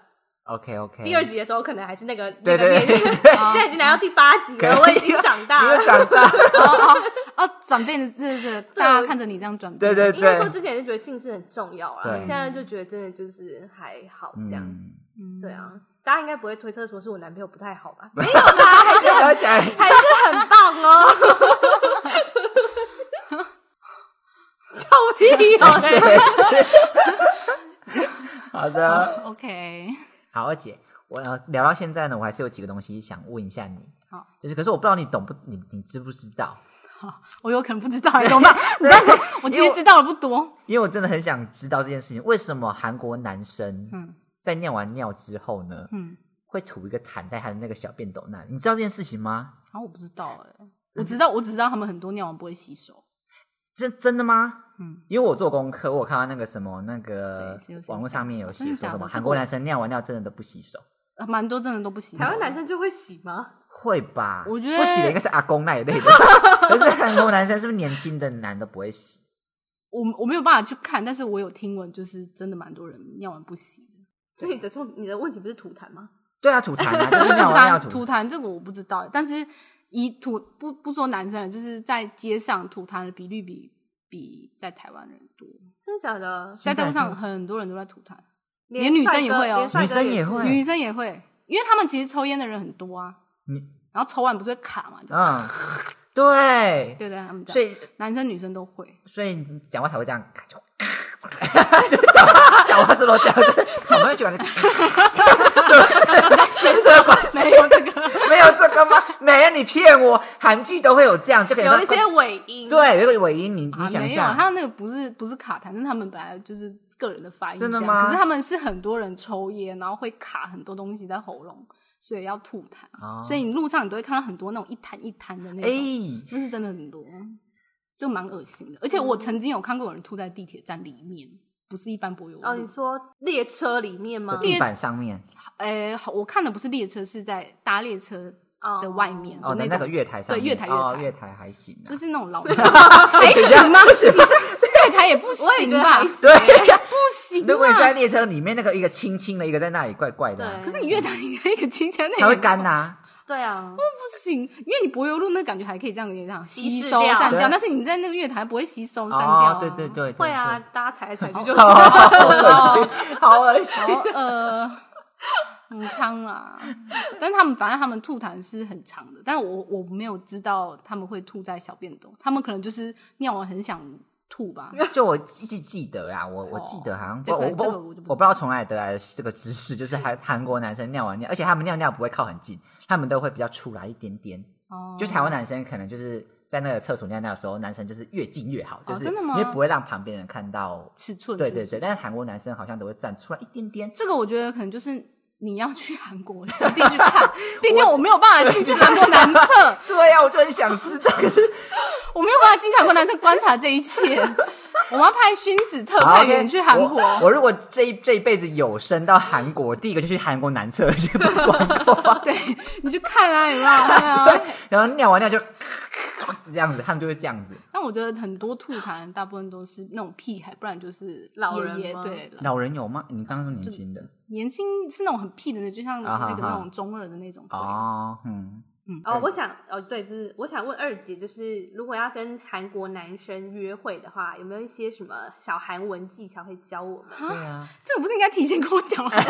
[SPEAKER 1] OK OK。
[SPEAKER 2] 第二集的时候，可能还是那个
[SPEAKER 1] 嗯对对
[SPEAKER 2] 那个面， 现在已经来到第八集了，
[SPEAKER 1] 可以
[SPEAKER 2] 我已经长大
[SPEAKER 1] 你
[SPEAKER 2] 了
[SPEAKER 1] 又。长大，
[SPEAKER 3] 哦哦哦，转变的这这，大家看着你这样转
[SPEAKER 1] 对
[SPEAKER 3] 变，
[SPEAKER 1] 对
[SPEAKER 2] 应该说之前就觉得性是很重要啦，
[SPEAKER 1] 对
[SPEAKER 2] 现在就觉得真的就是还好这样。
[SPEAKER 1] 嗯，
[SPEAKER 3] 嗯
[SPEAKER 2] 对，啊，大家应该不会推测说是我男朋友不太好吧？没有
[SPEAKER 1] 还是要讲 一下
[SPEAKER 2] 还是很棒哦。笑屁 哦！
[SPEAKER 1] 是不是 好的，
[SPEAKER 3] ，OK，
[SPEAKER 1] 好，二姐，我呃聊到现在呢，我还是有几个东西想问一下你。
[SPEAKER 3] 好，
[SPEAKER 1] 就是可是我不知道你懂不，你你知不知道？
[SPEAKER 3] 我有可能 不知道，怎么办？你但是我其实知道的不多，
[SPEAKER 1] 因为我真的很想知道这件事情，为什么韩国男生
[SPEAKER 3] 嗯
[SPEAKER 1] 在尿完尿之后呢，
[SPEAKER 3] 嗯，
[SPEAKER 1] 会吐一个痰在他的那个小便斗那里？你知道这件事情吗？
[SPEAKER 3] 然后我不知道哎，我知道，我只知道他们很多尿完不会洗手，
[SPEAKER 1] 真真的吗？
[SPEAKER 3] 嗯，
[SPEAKER 1] 因为我做功课，我有看到那个什么那个
[SPEAKER 3] 谁谁有谁
[SPEAKER 1] 网络上面有
[SPEAKER 3] 哦
[SPEAKER 1] 写
[SPEAKER 3] 真的
[SPEAKER 1] 说
[SPEAKER 3] 假
[SPEAKER 1] 什 么
[SPEAKER 3] 的
[SPEAKER 1] 韩
[SPEAKER 3] 这
[SPEAKER 1] 国
[SPEAKER 3] 个
[SPEAKER 1] 男生尿完尿真的都不洗手，
[SPEAKER 3] 蛮多真的都不洗手。
[SPEAKER 2] 台湾男生就会洗吗？
[SPEAKER 1] 会吧？
[SPEAKER 3] 我觉得
[SPEAKER 1] 不洗的应该是阿公那一类的， 可是韩国男生是不是年轻的男的不会洗？
[SPEAKER 3] 我我没有办法去看，但是我有听闻，就是真的蛮多人尿完不洗的。
[SPEAKER 2] 所以你的重你的问题不是吐痰吗？
[SPEAKER 1] 对啊，吐痰啊，就
[SPEAKER 3] 可
[SPEAKER 1] 是
[SPEAKER 3] 是 吐
[SPEAKER 1] 尿完尿
[SPEAKER 3] 痰
[SPEAKER 1] 吐
[SPEAKER 3] 吐。痰这个我不知道，但是以吐不不说男生了，就是在街上吐痰的比率比比在台湾人多，
[SPEAKER 2] 真的假的？
[SPEAKER 1] 现
[SPEAKER 3] 在
[SPEAKER 1] 在
[SPEAKER 3] 路上
[SPEAKER 1] 是
[SPEAKER 3] 很多人都在吐痰，
[SPEAKER 2] 连
[SPEAKER 3] 连女生也会哦
[SPEAKER 2] 帅哥
[SPEAKER 1] 女生
[SPEAKER 2] 连帅
[SPEAKER 1] 也
[SPEAKER 2] 哥
[SPEAKER 1] 会啊
[SPEAKER 2] 是
[SPEAKER 3] 女生也会，因为他们其实抽烟的人很多啊，
[SPEAKER 1] 你
[SPEAKER 3] 然后抽完不是会卡嘛，就
[SPEAKER 1] 嗯，对，
[SPEAKER 3] 对对，他们讲
[SPEAKER 1] 所，以
[SPEAKER 3] 男生女生都会，
[SPEAKER 1] 所以你讲话才会这样，就 就讲话讲话是不是这样子？ 我们喜欢 学者关系
[SPEAKER 3] 没有这个，
[SPEAKER 1] 没有这个吗？没有，你骗我，韩剧都会有这样，就可以呃
[SPEAKER 2] 有一些尾音，，
[SPEAKER 1] 对，有一个尾音，你你
[SPEAKER 3] 啊
[SPEAKER 1] 想一
[SPEAKER 3] 没有，
[SPEAKER 1] 下，
[SPEAKER 3] 他那个不是不是卡痰，是他们本来就是个人的发音
[SPEAKER 1] 真的
[SPEAKER 3] 这样
[SPEAKER 1] 吗
[SPEAKER 3] 可是他们是很多人抽烟，然后会卡很多东西在喉咙，所以要吐痰。
[SPEAKER 1] 哦
[SPEAKER 3] 所以你路上你都会看到很多那种一滩一滩的那种，
[SPEAKER 1] 哎，
[SPEAKER 3] 那是真的很多，就蛮恶心的。而且我
[SPEAKER 1] 嗯
[SPEAKER 3] 曾经有看过有人吐在地铁站里面，不是一般柏油
[SPEAKER 2] 哦，
[SPEAKER 3] 路
[SPEAKER 2] 你。说列车里面吗？
[SPEAKER 1] 地板上面
[SPEAKER 3] 呃、好我看的不是列车，是在搭列车
[SPEAKER 2] 哦
[SPEAKER 3] 的外面的
[SPEAKER 1] 哦，那
[SPEAKER 3] 种，
[SPEAKER 1] 那个月台上面，
[SPEAKER 3] 对月台
[SPEAKER 1] 哦
[SPEAKER 3] 月台
[SPEAKER 1] 月台还行啊，
[SPEAKER 3] 就是那种老人 还行吗？你这月台也不
[SPEAKER 2] 我也
[SPEAKER 3] 行
[SPEAKER 2] 觉得
[SPEAKER 3] 吧
[SPEAKER 2] 还？行
[SPEAKER 1] 对。
[SPEAKER 3] 不 行
[SPEAKER 1] 如果你
[SPEAKER 3] 啊！
[SPEAKER 1] 在列车里面，那个一个轻轻的，一个在那里怪怪的啊，
[SPEAKER 2] 对
[SPEAKER 3] 可是你乐坛里面一个清腔，那也
[SPEAKER 1] 它会干呐。
[SPEAKER 2] 对 啊，
[SPEAKER 3] 不行，因为你柏油路那感觉还可以这样也这样
[SPEAKER 2] 稀
[SPEAKER 3] 吸
[SPEAKER 2] 释
[SPEAKER 3] 收
[SPEAKER 2] 掉
[SPEAKER 3] 散
[SPEAKER 1] 对啊
[SPEAKER 3] 掉，但是你在那个月台不会吸收散掉
[SPEAKER 1] 哦
[SPEAKER 3] 啊，
[SPEAKER 1] 对对对，对
[SPEAKER 2] 会啊，，大家踩来踩 去就
[SPEAKER 1] 对好 恶心，好恶心。
[SPEAKER 3] 然后呃，嗯，汤啦，但他们反正他们吐痰是很长的，但我我没有知道他们会吐在小便斗，他们可能就是尿完很想吐吧。
[SPEAKER 1] 就我记记得啊，我我记得好像不
[SPEAKER 3] 哦这个
[SPEAKER 1] 我不
[SPEAKER 3] 这个我就不知道
[SPEAKER 1] 我不知道从哪里得来的这个知识，就是韩韩国男生尿完尿，而且他们尿尿不会靠很近，他们都会比较出来一点点。
[SPEAKER 3] 哦，
[SPEAKER 1] 就台湾男生可能就是在那个厕所尿尿的时候，男生就是越近越好，
[SPEAKER 3] 哦
[SPEAKER 1] 就是
[SPEAKER 3] 真的吗
[SPEAKER 1] 因为不会让旁边人看到。
[SPEAKER 3] 尺寸
[SPEAKER 1] 对
[SPEAKER 3] 是不
[SPEAKER 1] 对
[SPEAKER 3] 是
[SPEAKER 1] 对，但是韩国男生好像都会站出来一点点。
[SPEAKER 3] 这个我觉得可能就是你要去韩国实地 去看，毕竟我没有办法进去韩国男厕。
[SPEAKER 1] 对啊呀、我就很想知道， 可是
[SPEAKER 3] 我没有办法经常过来这观察这一切。我们要派勋子特派员去韩国，
[SPEAKER 1] 我我如果这一这一辈子有生到韩国，第一个就去韩国男厕 去逛逛，
[SPEAKER 3] 对你去看啊，有没有？对啊。
[SPEAKER 1] 然后尿完尿就 这样子，他们就会这样子。
[SPEAKER 3] 但我觉得很多吐痰，大部分都是那种屁孩，不然就是
[SPEAKER 2] 老人
[SPEAKER 3] 爷爷
[SPEAKER 2] 吗
[SPEAKER 3] 对老
[SPEAKER 1] 老人有吗？你刚刚说年轻的
[SPEAKER 3] 年轻是那种很屁的，就像
[SPEAKER 1] 啊哈
[SPEAKER 3] 那个
[SPEAKER 1] 啊哈
[SPEAKER 3] 那种中二的那种。对
[SPEAKER 1] 哦，嗯，
[SPEAKER 2] 哦，我想哦，对，就是我想问二姐，就是如果要跟韩国男生约会的话，有没有一些什么小韩文技巧可以教我们？
[SPEAKER 1] 对啊，
[SPEAKER 3] 这个不是应该提前跟我讲吗？
[SPEAKER 1] 来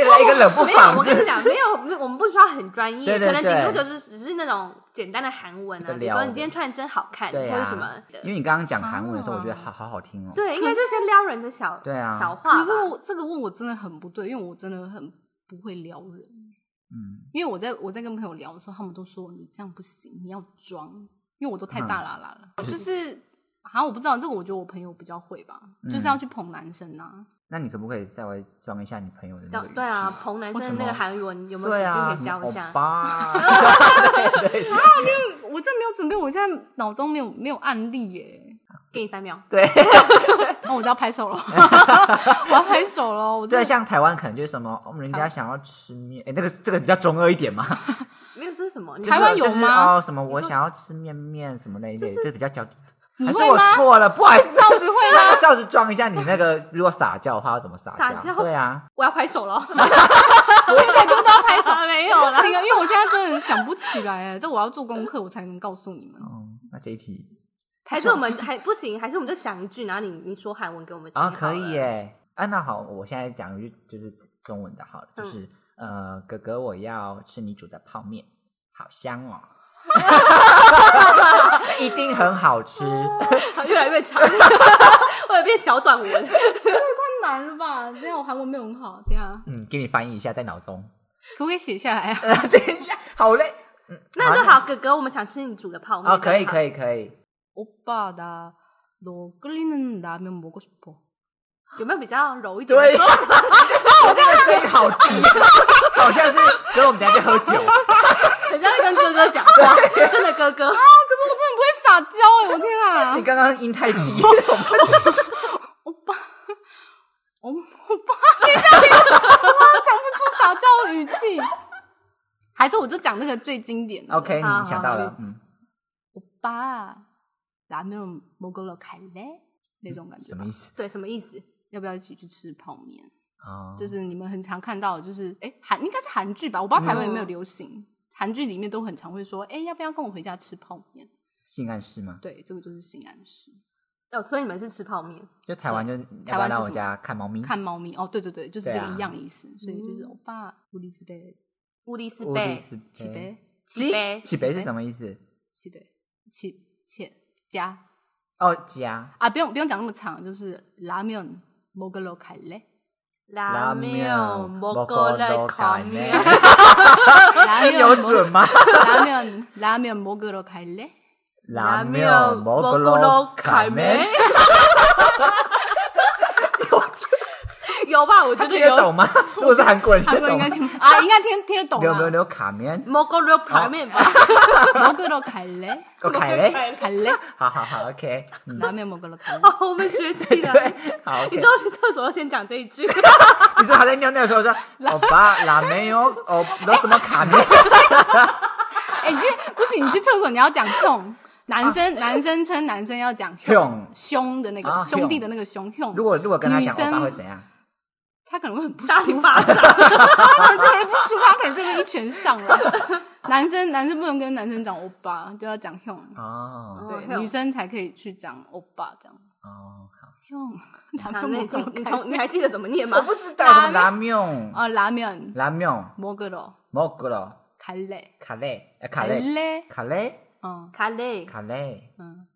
[SPEAKER 1] 来一个冷 不
[SPEAKER 2] 没有，
[SPEAKER 1] 防，
[SPEAKER 2] 我跟
[SPEAKER 1] 是
[SPEAKER 2] 你讲，没有，没有，我们不需要很专业，
[SPEAKER 1] 对对
[SPEAKER 2] 可能顶多
[SPEAKER 1] 对
[SPEAKER 2] 就是只是那种简单的韩文
[SPEAKER 1] 一个
[SPEAKER 2] 啊，比如说
[SPEAKER 1] 聊
[SPEAKER 2] 你今天穿的真好看，
[SPEAKER 1] 对
[SPEAKER 2] 或
[SPEAKER 1] 啊，
[SPEAKER 2] 者什么的
[SPEAKER 1] 因。为你刚刚讲韩文的时候，我觉得
[SPEAKER 3] 啊
[SPEAKER 1] 好好好听哦。
[SPEAKER 2] 对，应该
[SPEAKER 3] 可
[SPEAKER 2] 是些撩人的小
[SPEAKER 1] 对啊
[SPEAKER 2] 小话吧。
[SPEAKER 3] 可是我这个问我真的很不对，因为我真的很不会撩人。
[SPEAKER 1] 嗯，
[SPEAKER 3] 因为我在我在跟朋友聊的时候，他们都说你这样不行，你要装，因为我都太大啦啦了，就是。好像我不知道这个，我觉得我朋友比较会吧，就是要去捧男生啊呐、
[SPEAKER 1] 那你可不可以稍微装一下你朋友的那
[SPEAKER 2] 教
[SPEAKER 1] 个语气？
[SPEAKER 2] 对啊，彭男生的那
[SPEAKER 1] 为什
[SPEAKER 2] 个
[SPEAKER 1] 么
[SPEAKER 2] 韩文有没有
[SPEAKER 1] 对
[SPEAKER 2] 几句
[SPEAKER 1] 啊，
[SPEAKER 2] 可以教一下
[SPEAKER 1] 欧？巴 对对对
[SPEAKER 3] 我真的没有准备，我现在脑中没有没有案例耶。
[SPEAKER 2] 给你三秒。
[SPEAKER 1] 对，
[SPEAKER 3] 哦，我就要拍 手了，我要拍手了，我真
[SPEAKER 1] 这
[SPEAKER 3] 的
[SPEAKER 1] 像台湾可能就是什么，我们人家想要吃面，哎，那个这个比较中二一 点嘛。
[SPEAKER 2] 没有，这是什么？你
[SPEAKER 3] 台湾有
[SPEAKER 1] 就是
[SPEAKER 3] 吗
[SPEAKER 1] 哦，什么我想要吃面面什么那一类，这比较较。
[SPEAKER 3] 你
[SPEAKER 1] 还是
[SPEAKER 3] 会
[SPEAKER 1] 我
[SPEAKER 3] 吗
[SPEAKER 1] 错了，不 好意思。
[SPEAKER 3] 哨子会 吗？
[SPEAKER 1] 哨子装一下你那个，如果撒娇的话要怎么撒
[SPEAKER 2] 撒娇
[SPEAKER 1] 对啊，
[SPEAKER 2] 我要拍手了，
[SPEAKER 3] 对对，这个都要拍手。
[SPEAKER 2] 没有
[SPEAKER 3] 不
[SPEAKER 2] 啦。
[SPEAKER 3] 行啊，因为我现在真的想不起来啊耶，这我要做功课我才能告诉你们。
[SPEAKER 1] 嗯，那这一题
[SPEAKER 2] 还是我们还不行，还是我们就想一句，然后你你说韩文给我们听
[SPEAKER 1] 啊，
[SPEAKER 2] 好了
[SPEAKER 1] 可以。耶。啊，那好，我现在讲一句就是中文的，好了，
[SPEAKER 2] 嗯
[SPEAKER 1] 就是呃，哥哥，我要吃你煮的泡面，好香 哦，一定很好吃。
[SPEAKER 2] 越来越长，我有变小短文。
[SPEAKER 3] 太难了吧？等一下我韩文没有很好，等一下
[SPEAKER 1] 嗯，给你翻译一下，在脑中。
[SPEAKER 3] 可不可以写下来啊？
[SPEAKER 1] 呃等一下，好嘞。嗯
[SPEAKER 2] 那就好，哥哥，我们想吃你煮的泡面。
[SPEAKER 1] 哦，可以，可
[SPEAKER 2] 以。
[SPEAKER 1] 以，可以。
[SPEAKER 3] 오빠 나 너 끓이는 라면 먹고 싶어.
[SPEAKER 2] 有没有比较柔一点？
[SPEAKER 1] 对，， 我这个声音好低，啊好像是跟我们等一下 去喝酒。
[SPEAKER 2] 人家在跟哥哥讲话， 真的哥哥。
[SPEAKER 3] 아 그래서 어쩌면 뭐했어? 아찔어. 어떡
[SPEAKER 1] 你
[SPEAKER 3] 해
[SPEAKER 1] 刚刚音太低，我们
[SPEAKER 3] 啊 오빠. 어, 오빠. 와, 讲不出撒娇语气.还是我就讲那个最经典的
[SPEAKER 1] OK，
[SPEAKER 2] 好
[SPEAKER 1] 你想到
[SPEAKER 2] 好
[SPEAKER 1] 了
[SPEAKER 2] 好，
[SPEAKER 1] 嗯，
[SPEAKER 3] 오빠 라면 먹으러 갈래? 那种感觉
[SPEAKER 1] 什
[SPEAKER 3] 吧。
[SPEAKER 1] 么意思？
[SPEAKER 2] 对，什么意思？
[SPEAKER 3] 要不要一起去吃泡面？
[SPEAKER 1] 哦，
[SPEAKER 3] 就是你们很常看到的，就是哎韩应该是韩剧吧，我不知道台湾有没有流行。韩剧里面都很常会说，哎，要不要跟我回家吃泡面？
[SPEAKER 1] 性暗示吗？
[SPEAKER 3] 对，这个就是性暗示。
[SPEAKER 2] 哦，所以你们是吃泡面，
[SPEAKER 1] 就台湾就要
[SPEAKER 3] 台
[SPEAKER 1] 不要
[SPEAKER 3] 湾是
[SPEAKER 1] 来我
[SPEAKER 3] 什么
[SPEAKER 1] 家看猫咪？
[SPEAKER 3] 看猫咪，哦，对对对，就是这
[SPEAKER 1] 嗯对
[SPEAKER 3] 个
[SPEAKER 1] 啊
[SPEAKER 3] 一样意思。所以就是
[SPEAKER 2] 嗯
[SPEAKER 3] 欧巴乌里斯贝
[SPEAKER 2] 乌里斯
[SPEAKER 1] 乌里
[SPEAKER 2] 贝、
[SPEAKER 1] 斯
[SPEAKER 3] 起
[SPEAKER 1] 杯，
[SPEAKER 3] 呗
[SPEAKER 2] 起杯
[SPEAKER 1] 起杯是什么意思？
[SPEAKER 3] 起呗起切加
[SPEAKER 1] 哦，家
[SPEAKER 3] 啊，不用不用讲那么长，就是拉面먹으러凯嘞，
[SPEAKER 2] 拉面、
[SPEAKER 1] 먹
[SPEAKER 2] 蘑菇
[SPEAKER 1] 고
[SPEAKER 2] 类
[SPEAKER 1] 러
[SPEAKER 2] 烤
[SPEAKER 1] 갈
[SPEAKER 2] 面。
[SPEAKER 1] 래
[SPEAKER 3] 拉 面
[SPEAKER 1] 有准吗？
[SPEAKER 3] 拉面拉面먹으러凯嘞，
[SPEAKER 1] 拉面먹고러
[SPEAKER 2] 凯
[SPEAKER 1] 갈
[SPEAKER 2] 梅
[SPEAKER 1] 래，
[SPEAKER 2] 有吧？我觉得
[SPEAKER 1] 听得
[SPEAKER 2] 有。
[SPEAKER 1] 懂吗？如果是韩国人听
[SPEAKER 3] 韩
[SPEAKER 1] 得
[SPEAKER 3] 国人
[SPEAKER 1] 懂
[SPEAKER 3] 应
[SPEAKER 1] 吗
[SPEAKER 3] 该？听啊，应该听听得懂
[SPEAKER 1] 有没有
[SPEAKER 3] 啊。
[SPEAKER 1] 有卡面？
[SPEAKER 2] 蘑菇肉泡面吧，
[SPEAKER 3] 아, 먹으러凯嘞，
[SPEAKER 1] 够凯嘞？
[SPEAKER 3] 凯嘞，
[SPEAKER 1] 好好好，OK，嗯，
[SPEAKER 3] 拉面먹으러凯嘞。
[SPEAKER 2] 哦，我们学起来。
[SPEAKER 1] 对，好，OK，
[SPEAKER 2] 你知道去厕所要先讲这一句，
[SPEAKER 1] 你说他在尿尿的时候说，欧巴拉面哦，哦，那什么卡面？
[SPEAKER 3] 哎、你去不行，你去厕所你要讲凶，男生、男生称男生要讲
[SPEAKER 1] 凶
[SPEAKER 3] 凶的那个、
[SPEAKER 1] 啊
[SPEAKER 3] 兄弟的那个凶 凶。
[SPEAKER 1] 如果如果跟他
[SPEAKER 3] 女
[SPEAKER 1] 讲欧巴
[SPEAKER 3] 生
[SPEAKER 1] 会怎样？
[SPEAKER 3] 他可能会很不舒
[SPEAKER 2] 打你
[SPEAKER 3] 服，
[SPEAKER 2] 巴 掌。
[SPEAKER 3] 他 可能真的会不舒服，他可能真的一拳上了。男生男生不能跟男生讲欧巴，就要讲凶。
[SPEAKER 1] 哦
[SPEAKER 3] 对，
[SPEAKER 2] 凶
[SPEAKER 3] 女生才可以去讲欧巴这样。
[SPEAKER 1] 哦，
[SPEAKER 3] 凶，
[SPEAKER 2] 好
[SPEAKER 3] 拉
[SPEAKER 2] 那你
[SPEAKER 3] 面
[SPEAKER 2] 从
[SPEAKER 3] 먹으러
[SPEAKER 2] 你
[SPEAKER 3] 갈
[SPEAKER 2] 从你还记得怎么念
[SPEAKER 1] 我
[SPEAKER 2] 吗？
[SPEAKER 1] 不知道什么拉面，
[SPEAKER 3] 啊，拉面
[SPEAKER 1] 拉面
[SPEAKER 3] 어, 먹으러
[SPEAKER 1] 먹고러
[SPEAKER 3] 갈래
[SPEAKER 1] 卡嘞，呃卡
[SPEAKER 3] 갈
[SPEAKER 1] 嘞，
[SPEAKER 3] 래 어.
[SPEAKER 1] 卡嘞，
[SPEAKER 3] 嗯
[SPEAKER 2] 卡嘞，
[SPEAKER 1] 卡嘞，
[SPEAKER 3] 嗯，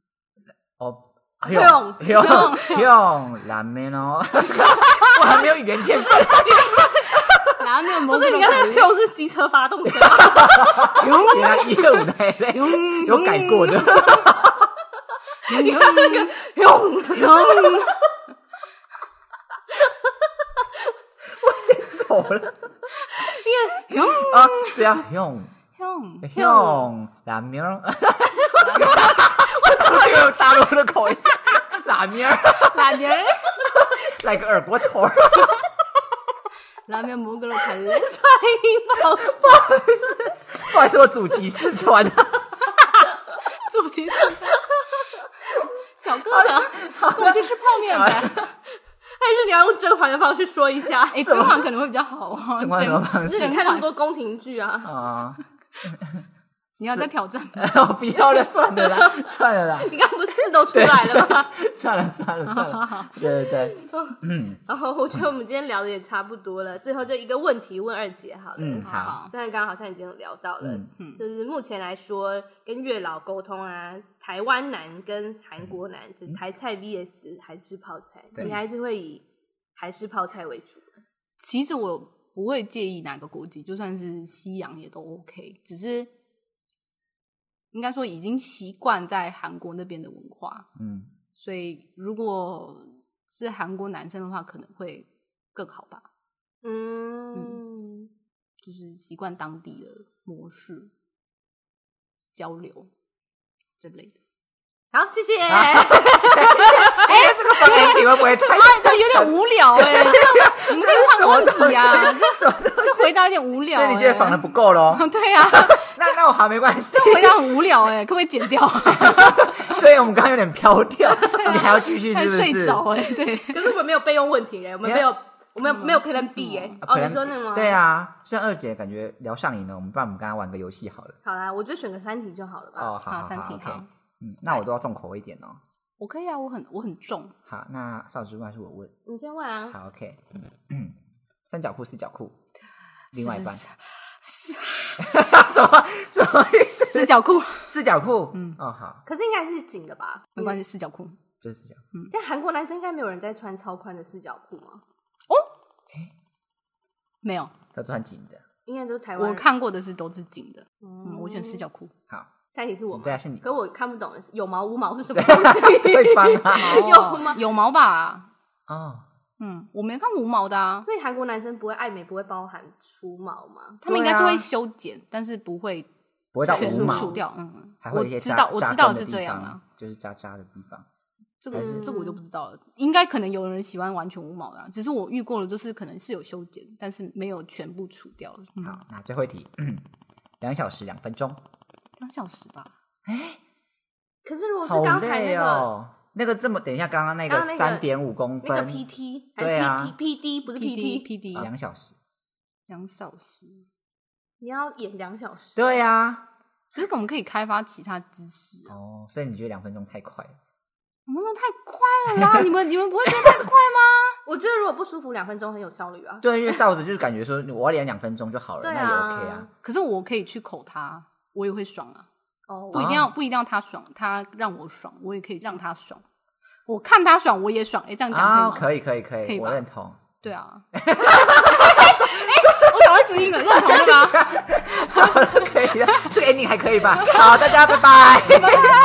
[SPEAKER 1] 哦。
[SPEAKER 2] 用
[SPEAKER 1] 用用拉面 哦，我还没有语言天分。
[SPEAKER 3] 拉面먹으
[SPEAKER 2] 不是
[SPEAKER 3] 러
[SPEAKER 2] 你刚才
[SPEAKER 3] 갈
[SPEAKER 2] 那个
[SPEAKER 3] 래。
[SPEAKER 2] 用是机车发动机，
[SPEAKER 1] 原来一二五那一类
[SPEAKER 3] 用
[SPEAKER 1] 有改过 的，
[SPEAKER 3] 你看那个
[SPEAKER 2] 用
[SPEAKER 3] 凶。
[SPEAKER 1] 走了
[SPEAKER 3] 用
[SPEAKER 1] 啊！这样用
[SPEAKER 3] 用
[SPEAKER 1] 用拉面 儿，为什么有大陆的口音？拉面儿
[SPEAKER 3] 拉面儿，
[SPEAKER 1] 来个二锅头儿，
[SPEAKER 3] 拉面먹으러 갈래？
[SPEAKER 2] 穿衣服。
[SPEAKER 1] 不好意思，我祖籍四川的。
[SPEAKER 3] 主题是小哥哥，跟我去吃泡面呗。
[SPEAKER 2] 还是你要用甄嬛的方式说一下？
[SPEAKER 3] 哎，甄嬛可能会比较好哦。
[SPEAKER 1] 甄嬛怎么办
[SPEAKER 3] 甄
[SPEAKER 2] 就是你看那么多宫廷剧啊，
[SPEAKER 1] 啊，
[SPEAKER 3] 你要再挑战吗？
[SPEAKER 1] 我不要了，算了啦，算了啦，
[SPEAKER 2] 你刚不是字都出来了吗？
[SPEAKER 1] 算了算了算了，对对对，
[SPEAKER 2] 然后我觉得我们今天聊的也差不多了，最后就一个问题问二姐好了。
[SPEAKER 1] 嗯好，
[SPEAKER 2] 虽然刚刚好像已经有聊到了，
[SPEAKER 1] 嗯
[SPEAKER 2] 就是目前来说跟月老沟通啊，台湾男跟韩国男，就是台菜 VS 韩式泡菜，
[SPEAKER 1] 嗯对
[SPEAKER 2] 你还是会以韩式泡菜为主。
[SPEAKER 3] 其实我不会介意哪个国籍，就算是西洋也都 OK，只是应该说已经习惯在韩国那边的文化，
[SPEAKER 1] 嗯
[SPEAKER 3] 所以如果是韩国男生的话，可能会更好吧，
[SPEAKER 2] 嗯，
[SPEAKER 3] 就是习惯当地的模式交流之类的。
[SPEAKER 2] 好，谢谢。
[SPEAKER 3] 哎、
[SPEAKER 1] 这个方言你会不会太
[SPEAKER 3] 妈的，啊这有点无聊哎、这个你们可以换问题啊，这这回答有点无聊、
[SPEAKER 1] 那
[SPEAKER 3] 欸。
[SPEAKER 1] 你觉得仿的不够喽？
[SPEAKER 3] 对啊，
[SPEAKER 1] 那那我好没关系
[SPEAKER 3] 这，回答很无聊哎、可不可以剪掉？
[SPEAKER 1] 对我们刚刚有点飘掉，你还要 继续是
[SPEAKER 3] 还
[SPEAKER 1] 不是？
[SPEAKER 3] 睡着哎、对，
[SPEAKER 2] 可是我们没有备用问题耶，我们没有，我
[SPEAKER 1] 嗯
[SPEAKER 2] 们没有 Plan B 耶。
[SPEAKER 1] 啊
[SPEAKER 2] 哦，
[SPEAKER 1] 本来
[SPEAKER 2] 你说那个吗？
[SPEAKER 1] 对。啊，像二姐感觉聊上瘾了，我们不然我们刚刚玩个游戏好了。
[SPEAKER 2] 好啦，我就选个三题就好了吧。
[SPEAKER 1] 哦，好
[SPEAKER 3] 好，
[SPEAKER 1] 好
[SPEAKER 3] 暂停
[SPEAKER 1] OK
[SPEAKER 3] 好，
[SPEAKER 1] 嗯，那我都要重口味一点哦。
[SPEAKER 3] 我可以啊，我很我很重，
[SPEAKER 1] 好，那邵主管是我问，
[SPEAKER 2] 你先问啊。
[SPEAKER 1] 好，OK，嗯 三角裤、四角裤，另外一 半
[SPEAKER 3] 四
[SPEAKER 1] 什么 什么意思？
[SPEAKER 3] 四角裤
[SPEAKER 1] 四角裤，
[SPEAKER 3] 嗯
[SPEAKER 1] 哦，好，
[SPEAKER 2] 可是应该还是紧的吧？
[SPEAKER 3] 没关系，四角裤
[SPEAKER 1] 就是四角。
[SPEAKER 2] 嗯。但韩国男生应该没有人在穿超宽的四角裤吗？
[SPEAKER 3] 没有，
[SPEAKER 1] 要穿紧的。
[SPEAKER 2] 应该都是台湾人。
[SPEAKER 3] 我看过的是都是紧的，嗯，
[SPEAKER 2] 嗯
[SPEAKER 3] 我选四。角裤，
[SPEAKER 1] 好，
[SPEAKER 2] 下一题是我吗？
[SPEAKER 1] 对啊，是你
[SPEAKER 2] 可我看不懂的是有毛无毛是什么东西？
[SPEAKER 1] 对方啊，
[SPEAKER 2] 有吗
[SPEAKER 3] 哦有毛吧？
[SPEAKER 1] 哦，
[SPEAKER 3] 嗯，我没看无毛的啊，
[SPEAKER 2] 所以韩国男生不会爱美，不会包含除毛吗？
[SPEAKER 3] 他们应该是
[SPEAKER 1] 对
[SPEAKER 3] 会
[SPEAKER 1] 啊
[SPEAKER 3] 修剪，但是不会
[SPEAKER 1] 不会到
[SPEAKER 3] 全
[SPEAKER 1] 无
[SPEAKER 3] 部
[SPEAKER 1] 毛，
[SPEAKER 3] 除掉，嗯，嗯
[SPEAKER 1] 还会
[SPEAKER 3] 我
[SPEAKER 1] 有一些
[SPEAKER 3] 知
[SPEAKER 1] 扎
[SPEAKER 3] 道我
[SPEAKER 1] 扎
[SPEAKER 3] 知道
[SPEAKER 1] 根的
[SPEAKER 3] 是
[SPEAKER 1] 地
[SPEAKER 3] 这样
[SPEAKER 1] 方
[SPEAKER 3] 啊，
[SPEAKER 1] 就是渣渣的地方。
[SPEAKER 3] 这个
[SPEAKER 2] 嗯
[SPEAKER 3] 这个我就不知道了，应该可能有人喜欢完全无毛的啊，只是我遇过了，就是可能是有修剪，但是没有全部除掉，嗯
[SPEAKER 1] 好，那最后一题，嗯两小时两分钟，
[SPEAKER 3] 两小时吧，
[SPEAKER 2] 可是如果是
[SPEAKER 1] 好
[SPEAKER 2] 刚才那
[SPEAKER 1] 累
[SPEAKER 2] 个
[SPEAKER 1] 哦。那个这么，等一下，刚刚那
[SPEAKER 2] 刚刚那
[SPEAKER 1] 个
[SPEAKER 2] 个
[SPEAKER 1] 三点五公
[SPEAKER 2] 那个
[SPEAKER 1] 分，
[SPEAKER 2] PT
[SPEAKER 1] 对
[SPEAKER 2] 还
[SPEAKER 1] 啊
[SPEAKER 2] 是 PT PD 不是
[SPEAKER 3] P D
[SPEAKER 2] PT，
[SPEAKER 3] P D
[SPEAKER 1] 两小时，
[SPEAKER 3] 两小时，
[SPEAKER 2] 你要演两小时。
[SPEAKER 1] 对呀。
[SPEAKER 3] 可是我们可以开发其他姿势啊，
[SPEAKER 1] 哦，所以你觉得两分钟太快了？
[SPEAKER 3] 我们都太快了 啦！你们你们不会觉得太快吗？
[SPEAKER 2] 我觉得如果不舒服，两分钟很有效率啊。
[SPEAKER 1] 对，因为哨子就是感觉说，我要连两分钟就好了，
[SPEAKER 2] 对
[SPEAKER 1] 那也 OK 啊。
[SPEAKER 3] 可是我可以去口他，我也会爽啊！
[SPEAKER 2] 哦，
[SPEAKER 3] 不一定要、不一定要他爽，他让我爽，我也可以让他爽。我看他爽，我也爽。哎、这样讲可以
[SPEAKER 1] 啊，
[SPEAKER 3] 吗？
[SPEAKER 1] 可以可以可
[SPEAKER 3] 可以
[SPEAKER 1] 以，
[SPEAKER 3] 吧
[SPEAKER 1] 我认同。
[SPEAKER 3] 对啊。 哎、我找到知音了，认同对吧？
[SPEAKER 1] 可以的，这个 ending 还可以吧？好，大家拜拜。
[SPEAKER 3] 拜拜。